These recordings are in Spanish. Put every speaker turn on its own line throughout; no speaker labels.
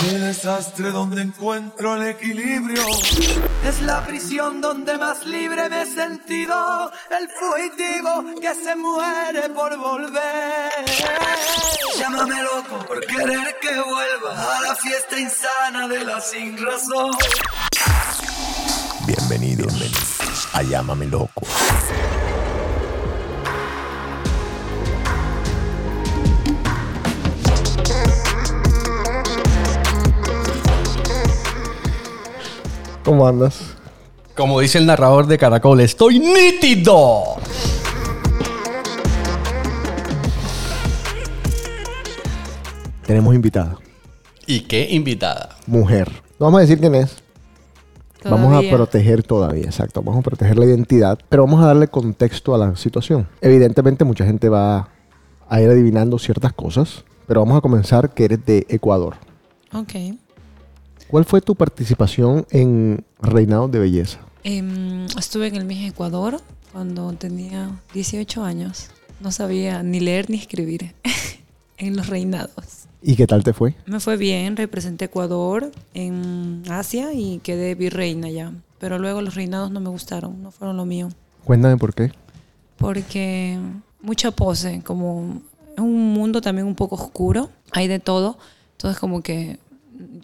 Qué desastre donde encuentro el equilibrio.
Es la prisión donde más libre me he sentido. El fugitivo que se muere por volver. Llámame loco por querer que vuelva a la fiesta insana de la sin razón.
Bienvenidos, a Llámame Loco.
¿Cómo andas?
Como dice el narrador de Caracol, estoy nítido.
Tenemos invitada,
¿Y qué invitada?
mujer. No vamos a decir quién es. Vamos a
Todavía.
proteger todavía, exacto. Vamos a proteger la identidad, pero vamos a darle contexto a la situación. Evidentemente mucha gente va a ir adivinando ciertas cosas, pero vamos a comenzar que eres de Ecuador.
Ok.
¿Cuál fue tu participación en Reinados de Belleza?
Em, estuve en el Miss Ecuador cuando tenía 18 años. No sabía ni leer ni escribir en los reinados.
¿Y qué tal te fue?
Me fue bien, representé Ecuador en Asia y quedé virreina ya. Pero luego los reinados no me gustaron, no fueron lo mío.
Cuéntame por qué.
porque mucha pose, como es un mundo también un poco oscuro, hay de todo, entonces como que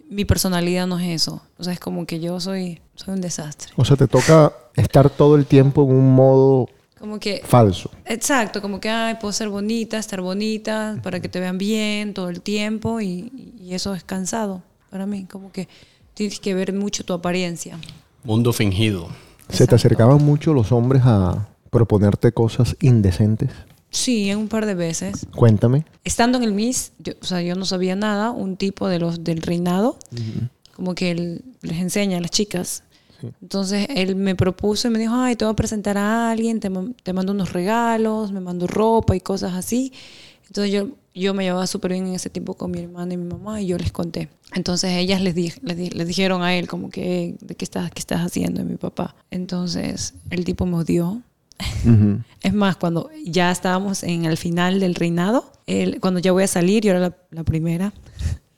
mi personalidad no es eso, o sea, es como que yo soy, soy un desastre.
O sea, te toca estar todo el tiempo en un modo
Como que,
falso.
exacto, como que, ay, puedo ser bonita, estar bonita, para que te vean bien todo el tiempo y, y eso es cansado para mí, como que tienes que ver mucho tu apariencia.
Mundo fingido.
¿Se te acercaban mucho los hombres a proponerte cosas indecentes?
Sí, un par de veces.
Cuéntame.
estando en el Miss, yo, o sea, yo no sabía nada, un tipo de los del reinado, como que él les enseña a las chicas. Entonces él me propuso y me dijo, ay, te voy a presentar a alguien, te, ma- te mando unos regalos, me mando ropa y cosas así. Entonces yo, yo me llevaba súper bien en ese tiempo con mi hermana y mi mamá y yo les conté. Entonces ellas les, di- les, di- les dijeron a él como que, "Ey, ¿de qué estás, qué estás haciendo? Y mi papá. Entonces el tipo me odió. Es más, cuando ya estábamos en el final del reinado, él- cuando ya voy a salir, yo era la, la primera,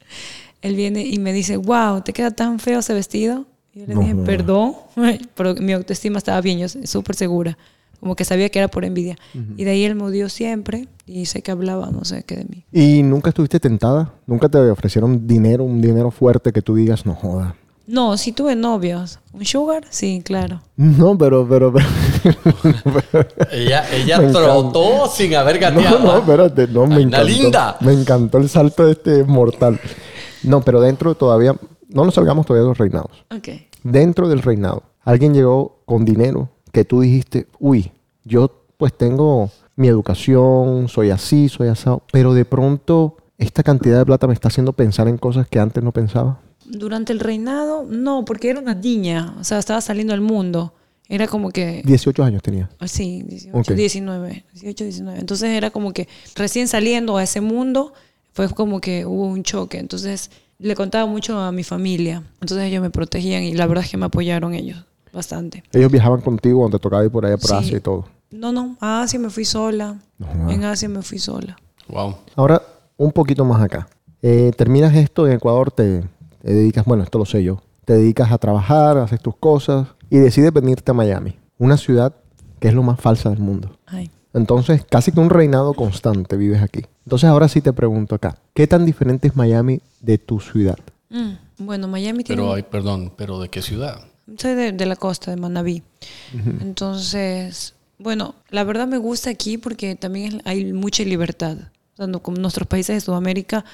él viene y me dice, wow, ¿te queda tan feo ese vestido? Y yo le dije, perdón, pero mi autoestima estaba bien, yo súper segura, como que sabía que era por envidia. Y de ahí él me odió siempre y sé que hablaba, no sé qué de mí.
¿Y nunca estuviste tentada? ¿Nunca te ofrecieron dinero, un dinero fuerte que tú digas, no joda?
No, sí tuve novios. ¿Un sugar? Sí, claro.
No, pero, pero, pero.
Ella, ella
Me
trotó sin haber
no,
gateado.
no, espérate, no, me
Anda
encantó.
linda.
Me encantó el salto de este mortal. No, pero dentro todavía, no nos salgamos todavía de los reinados.
Ok.
Dentro del reinado, alguien llegó con dinero que tú dijiste, uy, yo pues tengo mi educación, soy así, soy asado, pero de pronto esta cantidad de plata me está haciendo pensar en cosas que antes no pensaba.
Durante el reinado, no, porque era una niña, o sea, estaba saliendo al mundo. Era como que
18 años tenía.
Ah, Sí, 18,
Ok.
19, 18, 19. Entonces era como que recién saliendo a ese mundo, fue como que hubo un choque. Entonces le contaba mucho a mi familia. Entonces ellos me protegían y la verdad es que me apoyaron ellos bastante.
Ellos viajaban contigo cuando te tocaba ir por allá por
Sí.
Asia y todo.
No, no, a Asia me fui sola.
No, ah.
En Asia me fui sola.
Wow.
Ahora, un poquito más acá. Eh, terminas esto en Ecuador, te, te dedicas, bueno, esto lo sé yo, te dedicas a trabajar, haces tus cosas y decides venirte a Miami, una ciudad que es lo más falsa del mundo.
Ay.
Entonces, casi que un reinado constante vives aquí. Entonces, ahora sí te pregunto acá, ¿qué tan diferente es Miami de tu ciudad?
Mm, Bueno, Miami tiene...
Pero, ay, perdón, pero ¿de qué ciudad?
Soy de, de la costa, de Manabí. Entonces, bueno, la verdad me gusta aquí porque también es- hay mucha libertad. O sea, no- como nuestros países de Sudamérica,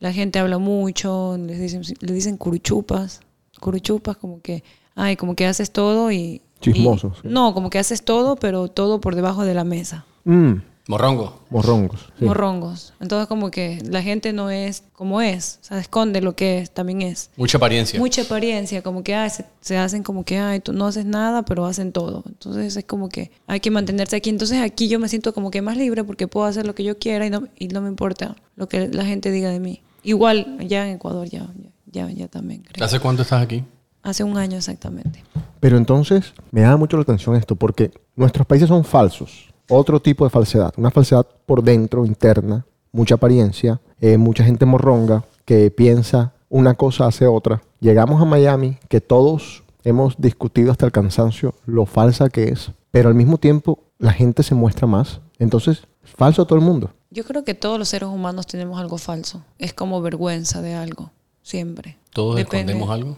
la gente habla mucho, les dicen, le dicen curuchupas. Curuchupas, como que, ay, como que haces todo y.
Chismosos,
y-
sí.
No, como que haces todo, pero todo por debajo de la mesa.
Mm,
Morrongo.
morrongos. sí.
Morrongos. Entonces, como que la gente no es como es. O sea, esconde lo que es, también es.
Mucha apariencia.
Mucha apariencia, como que ay, se, se hacen como que ay, tú no haces nada, pero hacen todo. Entonces es como que hay que mantenerse aquí. Entonces aquí yo me siento como que más libre porque puedo hacer lo que yo quiera y no, y no me importa lo que la gente diga de mí. Igual ya en Ecuador, ya, ya, ya, ya también creo.
¿Hace cuánto estás aquí?
Hace un año exactamente.
Pero entonces me llama mucho la atención esto, porque nuestros países son falsos. Otro tipo de falsedad. Una falsedad por dentro, interna, mucha apariencia, eh, mucha gente morronga que piensa, una cosa hace otra. Llegamos a Miami, que todos hemos discutido hasta el cansancio lo falsa que es, pero al mismo tiempo la gente se muestra más. Entonces, falso todo el mundo.
Yo creo que todos los seres humanos tenemos algo falso. Es como vergüenza de algo, siempre.
Todos
Depende.
escondemos algo.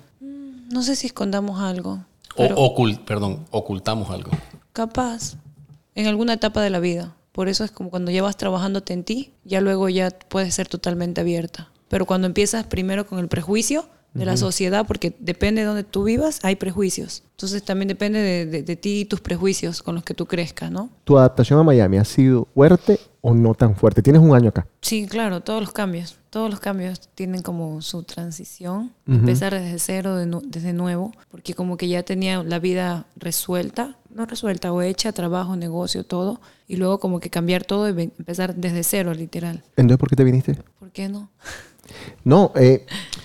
No sé si escondamos algo.
O
pero
ocul- perdón, ocultamos algo.
Capaz, en alguna etapa de la vida. Por eso es como cuando ya vas trabajándote en ti, ya luego ya puedes ser totalmente abierta. Pero cuando empiezas primero con el prejuicio de la sociedad, porque depende de donde tú vivas, hay prejuicios. Entonces también depende de, de- de ti y tus prejuicios con los que tú crezcas, ¿no?
¿Tu adaptación a Miami ha sido fuerte o no tan fuerte? Tienes un año acá.
Sí, claro, todos los cambios. Todos los cambios tienen como su transición, empezar desde cero, de nu- desde nuevo, porque como que ya tenía la vida resuelta, no resuelta o hecha, trabajo, negocio, todo, y luego como que cambiar todo y ve- empezar desde cero, literal.
Entonces, ¿por qué te viniste?
¿Por qué no?
No, eh,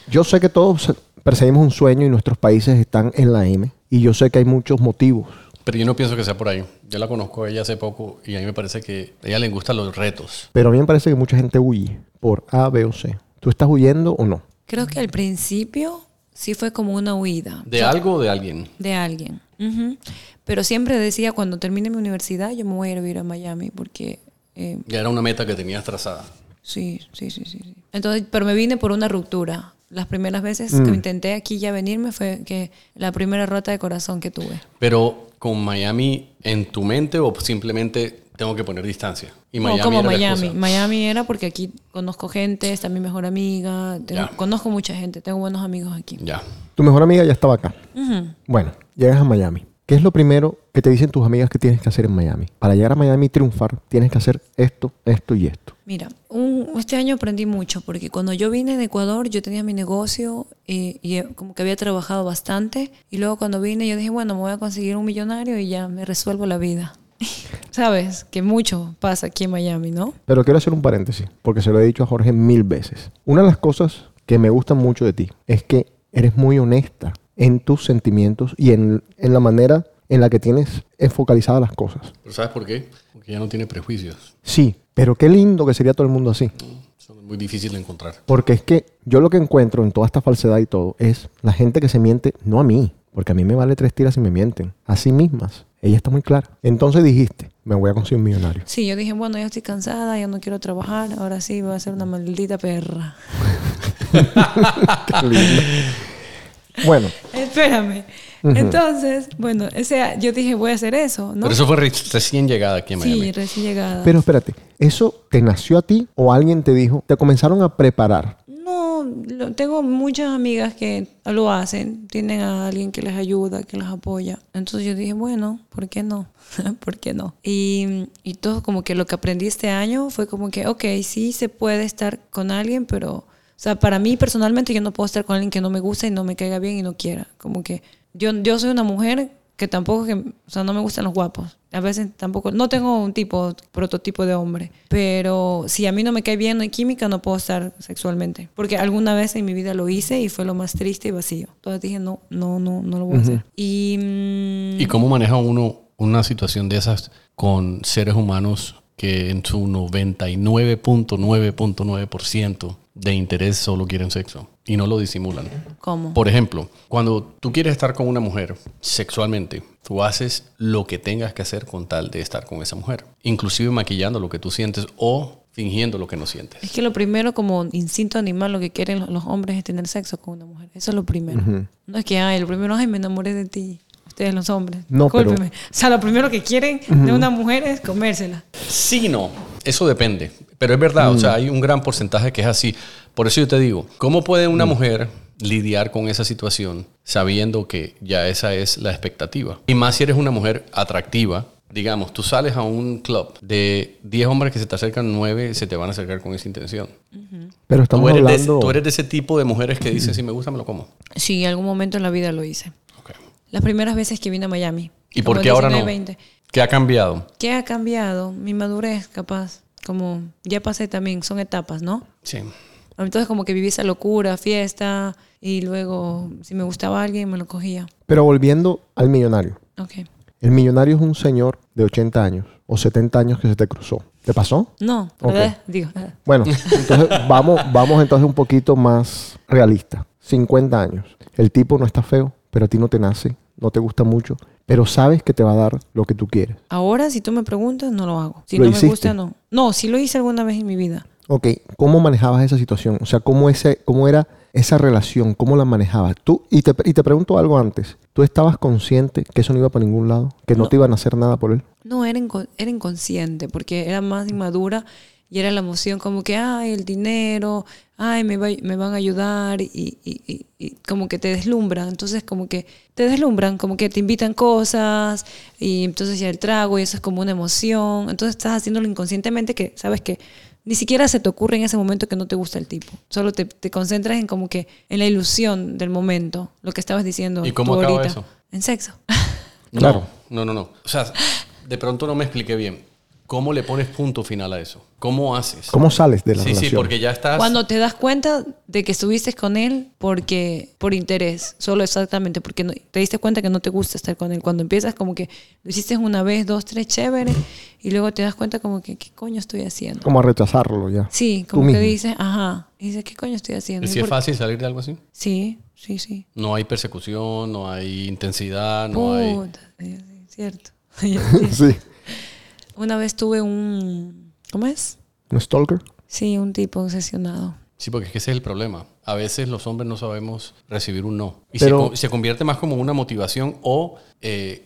yo sé que todos perseguimos un sueño y nuestros países están en la M. Y yo sé que hay muchos motivos.
Pero yo no pienso que sea por ahí. Yo la conozco a ella hace poco y a mí me parece que a ella le gustan los retos.
Pero a mí me parece que mucha gente huye por A, B o C. ¿Tú estás huyendo o no?
Creo que al principio sí fue como una huida
¿De algo o de alguien?
de alguien. Ujú. Pero siempre decía, cuando termine mi universidad, yo me voy a ir a vivir a Miami, porque... eh,
Ya era una meta que tenías trazada.
Sí, sí, sí, sí. sí. Entonces, pero me vine por una ruptura. Las primeras veces
Mm.
que intenté aquí ya venirme fue que la primera rota de corazón que tuve.
Pero con Miami en tu mente o simplemente tengo que poner distancia. Y
No,
Miami
como
era la
Miami.
excusa.
Miami era porque aquí conozco gente, está mi mejor amiga, tengo-
Ya.
conozco mucha gente, tengo buenos amigos aquí.
Ya.
Tu mejor amiga ya estaba acá.
Mm.
Bueno, llegas a Miami. ¿Qué es lo primero que te dicen tus amigas que tienes que hacer en Miami? Para llegar a Miami y triunfar, tienes que hacer esto, esto y esto.
Mira, un- este año aprendí mucho porque cuando yo vine de Ecuador yo tenía mi negocio y, y como que había trabajado bastante y luego cuando vine yo dije, bueno, me voy a conseguir un millonario y ya me resuelvo la vida. Sabes que mucho pasa aquí en Miami, ¿no?
Pero quiero hacer un paréntesis, porque se lo he dicho a Jorge mil veces. Una de las cosas que me gustan mucho de ti es que eres muy honesta en tus sentimientos y en, en la manera en la que tienes focalizadas las cosas.
¿Pero sabes por qué? Porque ella no tiene prejuicios.
Sí, pero qué lindo que sería todo el mundo así.
Eso es muy difícil de encontrar.
Porque es que yo lo que encuentro en toda esta falsedad y todo es la gente que se miente, no a mí, porque a mí me vale tres tiras si me mienten, a sí mismas. Ella está muy clara. Entonces dijiste, me voy a conseguir un millonario.
Sí, yo dije, bueno, ya estoy cansada, ya no quiero trabajar, ahora sí voy a ser una maldita perra.
Bueno,
Espérame. Entonces, bueno, o sea, yo dije, voy a hacer eso, ¿no?
Pero eso fue re- recién llegada aquí a Miami.
sí, recién llegada.
pero espérate, ¿eso te nació a ti o alguien te dijo, te comenzaron a preparar?
No, lo- tengo muchas amigas que lo hacen, tienen a alguien que les ayuda, que las apoya. Entonces yo dije, bueno, ¿por qué no? ¿Por qué no? Y, y todo como que lo que aprendí este año fue como que, ok, sí se puede estar con alguien, pero, o sea, para mí personalmente yo no puedo estar con alguien que no me gusta y no me caiga bien y no quiera. Como que yo, yo soy una mujer que tampoco, que, o sea, no me gustan los guapos. A veces tampoco, no tengo un tipo, prototipo de hombre. Pero si a mí no me cae bien, no hay química, no puedo estar sexualmente. Porque alguna vez en mi vida lo hice y fue lo más triste y vacío. Entonces dije, no, no, no, no lo voy a hacer. Y, mm,
¿Y cómo maneja uno una situación de esas con seres humanos que en su 99.9.9% de interés solo quieren sexo y no lo disimulan?
¿cómo?
Por ejemplo, cuando tú quieres estar con una mujer sexualmente, tú haces lo que tengas que hacer con tal de estar con esa mujer, inclusive maquillando lo que tú sientes o fingiendo lo que no sientes.
Es que lo primero, como instinto animal, lo que quieren los- los hombres es tener sexo con una mujer. Eso es lo primero. No es que, ay, lo primero, ay, me enamoré de ti. Ustedes los hombres.
No, pero-
Discúlpeme. O sea, lo primero que quieren de una mujer es comérsela.
Sí, no. Eso depende. Pero es verdad, o sea, hay un gran porcentaje que es así. Por eso yo te digo, ¿cómo puede una mujer lidiar con esa situación sabiendo que ya esa es la expectativa? Y más si eres una mujer atractiva. Digamos, tú sales a un club de 10 hombres que se te acercan, 9 se te van a acercar con esa intención.
Pero estamos
Tú eres, de, ese-
hablando...
tú eres de ese tipo de mujeres que dicen, si me gusta, me lo como.
Sí, algún momento en la vida lo hice.
Ok.
Las primeras veces que vine a Miami.
¿Y
como
por qué ahora no?
19, 20.
¿Qué ha cambiado?
¿Qué ha cambiado? Mi madurez, capaz. Como ya pasé también, son etapas, ¿no?
Sí.
Entonces como que viví esa locura, fiesta, y luego si me gustaba alguien me lo cogía.
Pero volviendo al millonario.
Ok.
El millonario es un señor de 80 años o 70 años que se te cruzó. ¿Te pasó?
No,
Ok.
¿verdad? Digo,
Bueno, entonces vamos, vamos entonces un poquito más realista. 50 años. El tipo no está feo, pero a ti no te nace, no te gusta mucho, pero sabes que te va a dar lo que tú quieres.
ahora si tú me preguntas, no lo hago. Si
¿Lo
no
hiciste?
me gusta, no. No, sí lo hice alguna vez en mi vida.
Ok, ¿cómo manejabas esa situación? O sea, ¿cómo, ese, cómo era esa relación? ¿Cómo la manejabas? Tú, y te, y te pregunto algo antes. ¿Tú estabas consciente que eso no iba para ningún lado? ¿Que no, te iban a hacer nada por él?
No, era, inco- era inconsciente, porque era más inmadura y era la emoción como que, ay, el dinero, ay, me, va- me van a ayudar y, y- y- y como que te deslumbran. Entonces como que te deslumbran, como que te invitan cosas y entonces ya el trago y eso es como una emoción. Entonces estás haciéndolo inconscientemente que, ¿sabes que Ni siquiera se te ocurre en ese momento que no te gusta el tipo. Solo te, te concentras en como que en la ilusión del momento, lo que estabas diciendo.
¿Y cómo
tú
acaba
ahorita.
eso?
En sexo.
No,
Claro.
No, no, no. O sea, de pronto no me expliqué bien. ¿Cómo le pones punto final a eso? ¿Cómo haces?
¿Cómo sales de la
sí,
relación?
sí, porque ya estás.
Cuando te das cuenta de que estuviste con él porque por interés, solo exactamente, porque no- te diste cuenta que no te gusta estar con él. Cuando empiezas como que lo hiciste una vez, dos, tres, chévere, y luego te das cuenta como que, ¿qué coño estoy haciendo?
Como a rechazarlo ya.
Sí,
Tú
como que
mismo.
dices, ajá, y dices, ¿qué coño estoy haciendo?
¿Y
¿Y
si es
por qué?
fácil salir de algo así?
Sí, sí, sí.
No hay persecución, no hay intensidad, no hay.
Puta, sí, sí, cierto.
sí.
una vez tuve un, ¿cómo es?
¿Un stalker?
Sí, un tipo obsesionado.
Sí, porque es que ese es el problema. A veces los hombres no sabemos recibir un no. Y
Pero-
se, co- se convierte más como una motivación o... eh,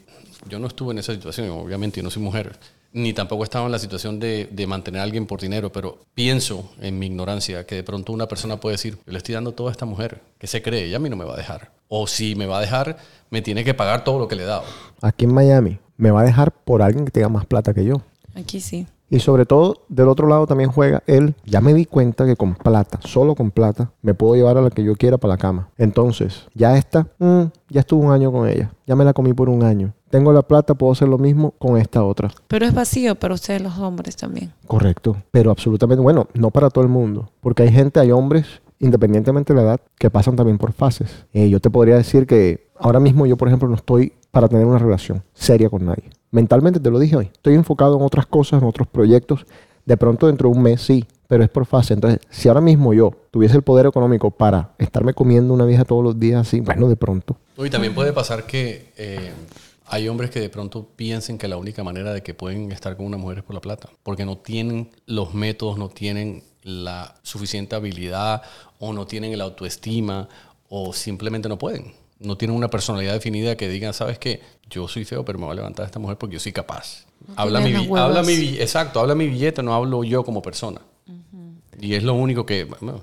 yo no estuve en esa situación, obviamente, yo no soy mujer. Ni tampoco estaba en la situación de, de mantener a alguien por dinero, pero pienso en mi ignorancia que de pronto una persona puede decir, yo le estoy dando todo a esta mujer, que se cree, ella a mí no me va a dejar. O si me va a dejar, me tiene que pagar todo lo que le he dado.
Aquí en Miami. Me va a dejar por alguien que tenga más plata que yo.
Aquí sí.
Y sobre todo, del otro lado también juega él. Ya me di cuenta que con plata, solo con plata, me puedo llevar a la que yo quiera para la cama. Entonces, ya esta, mm, ya estuve un año con ella. Ya me la comí por un año. Tengo la plata, puedo hacer lo mismo con esta otra.
Pero es vacío para ustedes los hombres también.
Correcto. Pero absolutamente, bueno, no para todo el mundo. Porque hay gente, hay hombres, independientemente de la edad, que pasan también por fases. Eh, yo te podría decir que ahora mismo yo, por ejemplo, no estoy para tener una relación seria con nadie. Mentalmente te lo dije hoy. Estoy enfocado en otras cosas, en otros proyectos. De pronto dentro de un mes sí, pero es por fase. Entonces, si ahora mismo yo tuviese el poder económico para estarme comiendo una vieja todos los días así, bueno, de pronto.
No, Y también puede pasar que eh, hay hombres que de pronto piensen que la única manera de que pueden estar con una mujer es por la plata, porque no tienen los métodos, no tienen la suficiente habilidad o no tienen la autoestima o simplemente no pueden. No tienen una personalidad definida que digan, sabes qué, yo soy feo, pero me va a levantar esta mujer porque yo soy capaz. habla, mi,
tienen
bi-
los
habla
huevos.
mi bi- exacto, habla mi billete, no hablo yo como persona. Y es lo único que, bueno,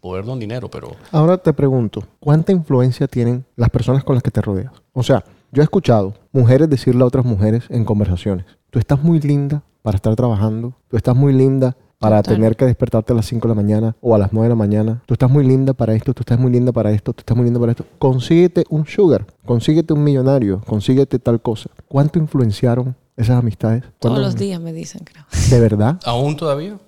poder don dinero, pero
Ahora te pregunto, ¿cuánta influencia tienen las personas con las que te rodeas? O sea, yo he escuchado mujeres decirle a otras mujeres en conversaciones, tú estás muy linda para estar trabajando, tú estás muy linda para
Total.
tener que despertarte a las 5 de la mañana o a las 9 de la mañana, tú estás muy linda para esto, tú estás muy linda para esto, tú estás muy linda para esto, consíguete un sugar, consíguete un millonario, consíguete tal cosa. ¿Cuánto influenciaron esas amistades?
Todos
¿Cuándo-
los días me dicen, creo.
¿De verdad?
¿Aún todavía?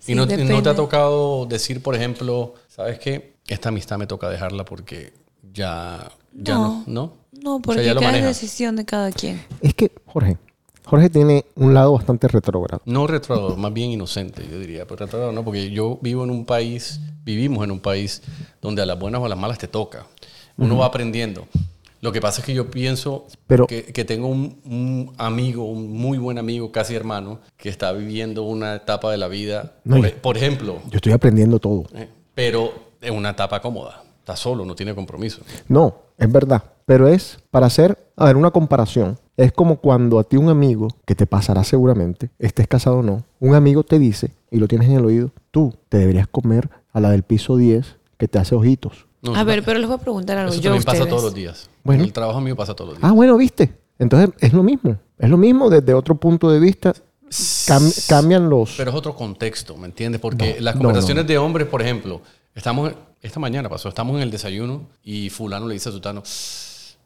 Sí,
¿Y no, y no te
depende.
ha tocado decir, por ejemplo, sabes qué? Esta amistad me toca dejarla porque ya, ya no. no,
No,
O
porque
sea, ya lo
cada
manejas.
decisión de cada quien.
Es que, Jorge, Jorge tiene un lado bastante retrógrado.
No retrógrado, más bien inocente, yo diría. Pero retrógrado no, porque yo vivo en un país, vivimos en un país donde a las buenas o a las malas te toca. Uno va aprendiendo. Lo que pasa es que yo pienso
Pero-
que, que tengo un, un amigo, un muy buen amigo, casi hermano, que está viviendo una etapa de la vida.
No,
por, e,
y-
por ejemplo,
Yo estoy aprendiendo todo.
Eh, pero en una etapa cómoda. Está solo, no tiene compromiso.
No, es verdad. Pero es para hacer, a ver, una comparación. Es como cuando a ti un amigo, que te pasará seguramente, estés casado o no, un amigo te dice, y lo tienes en el oído, tú te deberías comer a la del piso 10 que te hace ojitos.
No,
a
eso
ver,
ta-
pero les voy a preguntar algo.
eso
Yo a
también pasa
ustedes.
todos los días.
Bueno.
El trabajo mío pasa todos los días.
Ah, bueno, viste. Entonces es lo mismo. Es lo mismo desde otro punto de vista. Cam- cambian los...
Pero es otro contexto, ¿me entiendes? Porque
No,
las
no,
conversaciones de hombres, por ejemplo, estamos, esta mañana pasó, estamos en el desayuno y fulano le dice a Sutano,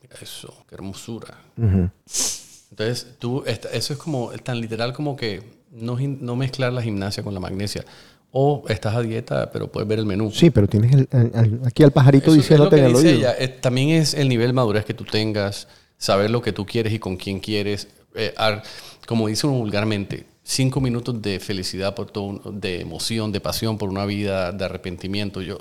mira eso, qué hermosura. Entonces, tú, esta- eso es como tan literal como que no, gim- no mezclar la gimnasia con la magnesia. O estás a dieta, pero puedes ver el menú.
Sí, pero tienes el- el- el- aquí al pajarito
Eso es lo
diciéndote
que
en el
dice
oído.
ella. Eh, también es el nivel de madurez que tú tengas, saber lo que tú quieres y con quién quieres. eh, ar- como dice uno vulgarmente, cinco minutos de felicidad, por todo un- de emoción, de pasión por una vida, de arrepentimiento. Yo,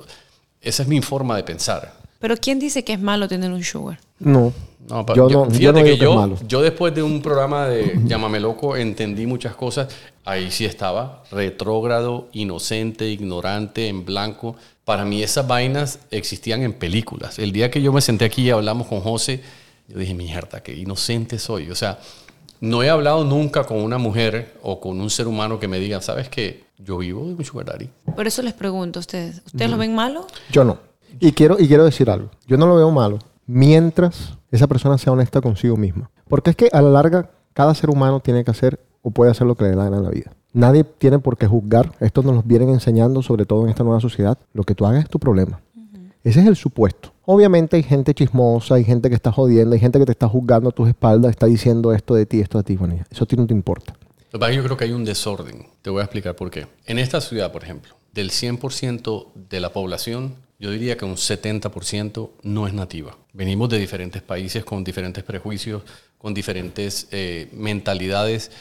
esa es mi forma de pensar.
Pero ¿quién dice que es malo tener un sugar?
No.
No, pa-
yo, no, yo
fíjate
no digo
que
que es
yo,
malo.
yo después de un programa de Llámame Loco entendí muchas cosas. Ahí sí estaba retrógrado, inocente, ignorante, en blanco. Para mí esas vainas existían en películas. El día que yo me senté aquí y hablamos con José, yo dije, mierda, qué inocente soy. O sea, no he hablado nunca con una mujer o con un ser humano que me diga, ¿sabes qué? Yo vivo de un sugar daddy".
Por eso les pregunto a ustedes. ¿Ustedes lo ven malo?
Yo no. Y quiero, y quiero decir algo. Yo no lo veo malo mientras esa persona sea honesta consigo misma. Porque es que a la larga, cada ser humano tiene que hacer o puede hacer lo que le dé la gana en la vida. Nadie tiene por qué juzgar. Esto nos lo vienen enseñando, sobre todo en esta nueva sociedad. Lo que tú hagas es tu problema. Ese es el supuesto. Obviamente hay gente chismosa, hay gente que está jodiendo, hay gente que te está juzgando a tus espaldas, está diciendo esto de ti, esto de ti. Bueno, ya, eso a ti no te importa.
Lo que pasa es que yo creo que hay un desorden. Te voy a explicar por qué. En esta ciudad, por ejemplo, del 100% de la población, yo diría que un 70% no es nativa. Venimos de diferentes países con diferentes prejuicios, con diferentes eh, mentalidades.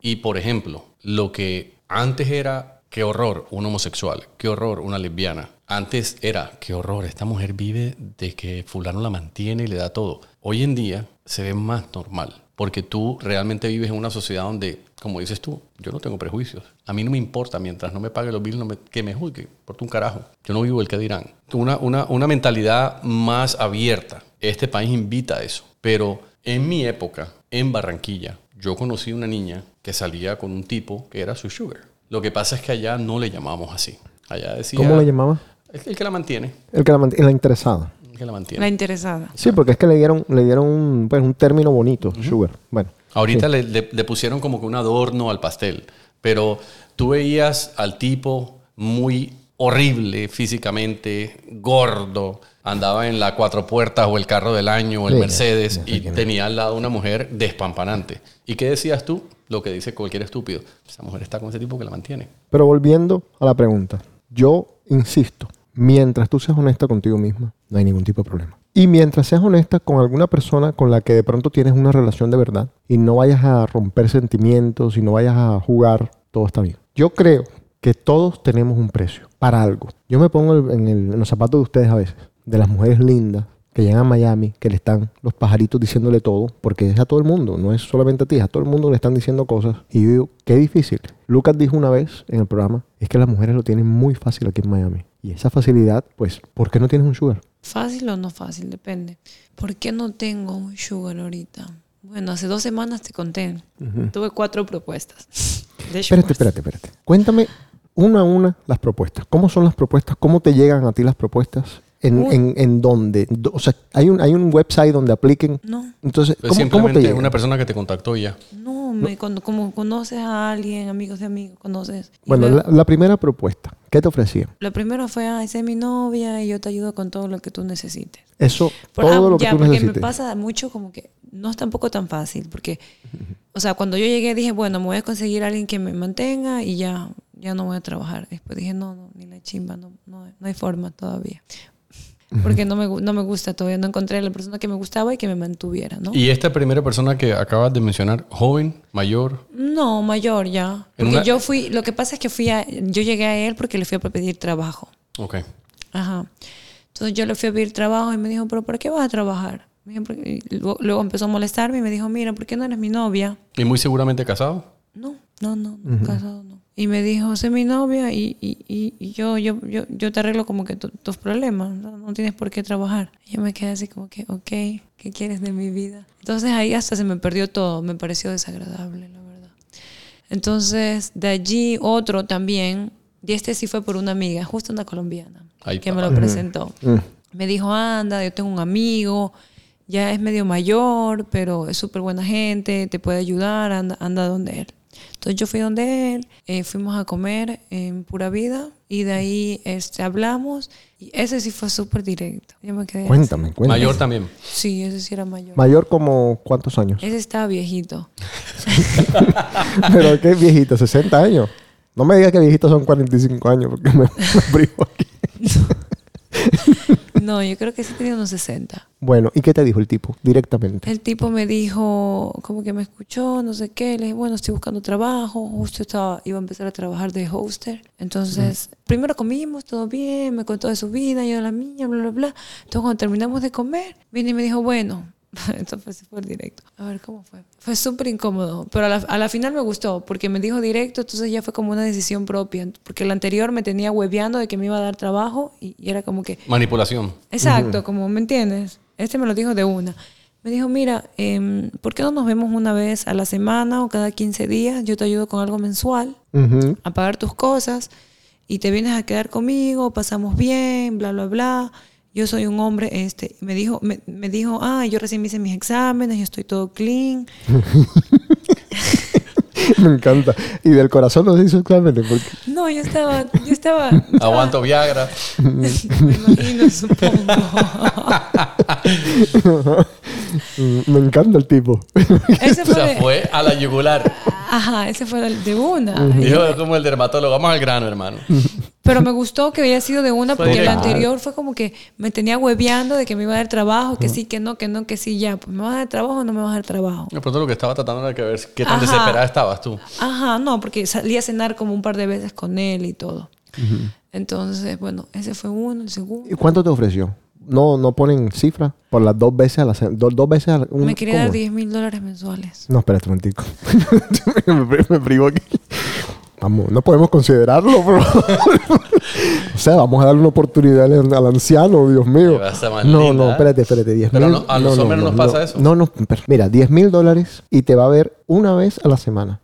Y, por ejemplo, lo que antes era Qué horror un homosexual, qué horror una lesbiana. Antes era, qué horror, esta mujer vive de que fulano la mantiene y le da todo. Hoy en día se ve más normal, porque tú realmente vives en una sociedad donde, como dices tú, yo no tengo prejuicios. A mí no me importa, mientras no me pague los bills, no me- que me juzgue, por un carajo. Yo no vivo el que dirán. Una, una, una mentalidad más abierta. Este país invita a eso. Pero en mi época, en Barranquilla, yo conocí una niña que salía con un tipo que era su sugar. Lo que pasa es que allá no le llamamos así. Allá decía...
¿Cómo le llamaba?
El, el que la mantiene.
El que la, mant- la interesada.
El que la
La
mantiene.
interesada.
Sí, porque es que le dieron, le dieron un, pues, un término bonito, sugar. Bueno.
Ahorita le, le- le pusieron como que un adorno al pastel. Pero tú veías al tipo muy horrible físicamente, gordo, andaba en la cuatro puertas o el carro del año o el
Sí,
Mercedes
ya sé
y
quién es.
tenía al lado una mujer despampanante. ¿Y qué decías tú? Lo que dice cualquier estúpido. Esa mujer está con ese tipo que la mantiene.
Pero volviendo a la pregunta, yo insisto, mientras tú seas honesta contigo misma, no hay ningún tipo de problema. Y mientras seas honesta con alguna persona con la que de pronto tienes una relación de verdad y no vayas a romper sentimientos y no vayas a jugar, todo está bien. Yo creo que todos tenemos un precio para algo. Yo me pongo el- en, el- en los zapatos de ustedes a veces, de las mujeres lindas que llegan a Miami, que le están los pajaritos diciéndole todo, porque es a todo el mundo, no es solamente a ti, es a todo el mundo le están diciendo cosas. Y yo digo, qué difícil. Lucas dijo una vez en el programa, es que las mujeres lo tienen muy fácil aquí en Miami. Y esa facilidad, pues, ¿por qué no tienes un sugar?
Fácil o no fácil, depende. ¿Por qué no tengo un sugar ahorita? Bueno, hace dos semanas te conté. Tuve cuatro propuestas. de sugars.
Espérate, espérate, espérate. Cuéntame una a una las propuestas. ¿Cómo son las propuestas? ¿Cómo te llegan a ti las propuestas? ¿En,
Uy.
en, en dónde? Do- O sea, hay un, hay un website donde apliquen.
No.
Entonces,
Pues
¿cómo, cómo
simplemente
te
es
llegan?
una persona que te contactó y ya.
No, me, cuando, como conoces a alguien, amigos de amigos, conoces. Y
Bueno,
luego-
la, la primera propuesta, ¿qué te ofrecían?
Lo primero fue, ay, sé mi novia y yo te ayudo con todo lo que tú necesites.
Eso,
Por-
todo
ah,
lo que
ya,
tú
porque me
necesites.
pasa mucho como que no es tampoco tan fácil, porque, o sea, cuando yo llegué dije, bueno, me voy a conseguir a alguien que me mantenga y ya, ya no voy a trabajar. Después dije, no, no ni la chimba, no, no, no hay forma todavía. Porque no me, gu- no me gusta todavía, no encontré la persona que me gustaba y que me mantuviera, ¿no?
Y esta primera persona que acabas de mencionar, joven, mayor,
No, mayor ya.
En
Porque
una-
yo fui, lo que pasa es que fui a, yo llegué a él porque le fui a pedir trabajo.
ok.
Ajá. Entonces yo le fui a pedir trabajo y me dijo, pero ¿para qué vas a trabajar? Me dijo, "Porque-" y luego, luego empezó a molestarme y me dijo, mira, ¿por qué no eres mi novia?
Y muy seguramente casado.
No, no, no, no, casado no. Y me dijo, sé mi novia y, y- y- y yo, yo, yo, yo te arreglo como que tu- tus problemas, no, no tienes por qué trabajar. Y yo me quedé así como que, ok, ¿qué quieres de mi vida? Entonces ahí hasta se me perdió todo, me pareció desagradable, la verdad. Entonces de allí otro también, y este sí fue por una amiga, justo una colombiana,
Ay,
que me
papá.
lo presentó. Me dijo, anda, yo tengo un amigo, ya es medio mayor, pero es súper buena gente, te puede ayudar, anda, anda donde él. Entonces yo fui donde él, eh, fuimos a comer en pura vida y de ahí este, hablamos y ese sí fue súper directo. Yo me quedé. así.
Cuéntame, cuéntame.
Mayor también.
Sí, ese sí era mayor.
Mayor como cuántos años.
ese estaba viejito.
Pero qué viejito, 60 años. No me digas que viejitos son 45 años porque me, me privo aquí.
No, yo creo que sí tenía unos 60.
Bueno, ¿y qué te dijo el tipo directamente?
El tipo me dijo, como que me escuchó, no sé qué. Le dije, bueno, estoy buscando trabajo. Justo estaba, iba a empezar a trabajar de hoster. Entonces, primero comimos, todo bien. Me contó de su vida, yo de la mía, bla, bla, bla. Entonces, cuando terminamos de comer, vino y me dijo, bueno. Esto fue súper directo. A ver cómo fue. Fue súper incómodo, pero a la, a la final me gustó porque me dijo directo, entonces ya fue como una decisión propia. Porque el anterior me tenía hueveando de que me iba a dar trabajo y- y era como que
Manipulación.
Exacto, como me entiendes. Este me lo dijo de una. Me dijo, mira, em, ¿por qué no nos vemos una vez a la semana o cada 15 días? Yo te ayudo con algo mensual,
Ujú.
a pagar tus cosas y te vienes a quedar conmigo, pasamos bien, bla, bla, bla. Yo soy un hombre, este, me dijo, me, me dijo, ah, yo recién me hice mis exámenes, yo estoy todo clean.
Me encanta. Y del corazón nos hizo exámenes. Porque...
No, yo estaba, yo estaba. estaba-
Aguanto Viagra.
me imagino, supongo.
Mm, Me encanta el tipo.
Ese
O
fue,
sea,
de-
fue a la yugular.
ajá, ese fue de- de una.
Dijo como el dermatólogo, vamos al grano, hermano.
Pero me gustó que había sido de una
Fue
porque la
directo.
anterior fue como que me tenía hueveando de que me iba a dar trabajo, que sí, que no, que no, que sí, ya. Pues me vas a dar trabajo o no me vas a dar trabajo.
De pronto lo que estaba tratando era que ver qué tan
Ajá.
desesperada estabas tú.
Ajá, no, porque salí a cenar como un par de veces con él y todo. Entonces, bueno, ese fue uno, el segundo.
¿Y cuánto te ofreció? No, no ponen cifra por las dos veces a la semana. Dos, veces a la un-
Me quería dar
¿cómo?
10 mil dólares mensuales.
No, espérate un momentico. me, pri- me privo aquí. Vamos, no podemos considerarlo, bro. o sea, vamos a darle una oportunidad al, al anciano, Dios mío.
Te vas a más
no,
linda,
no,
¿eh?
espérate, espérate. 10
Pero
mil.
no, a los hombres no nos pasa eso.
No, no, pero mira, 10 mil dólares y te va a ver una vez a la semana.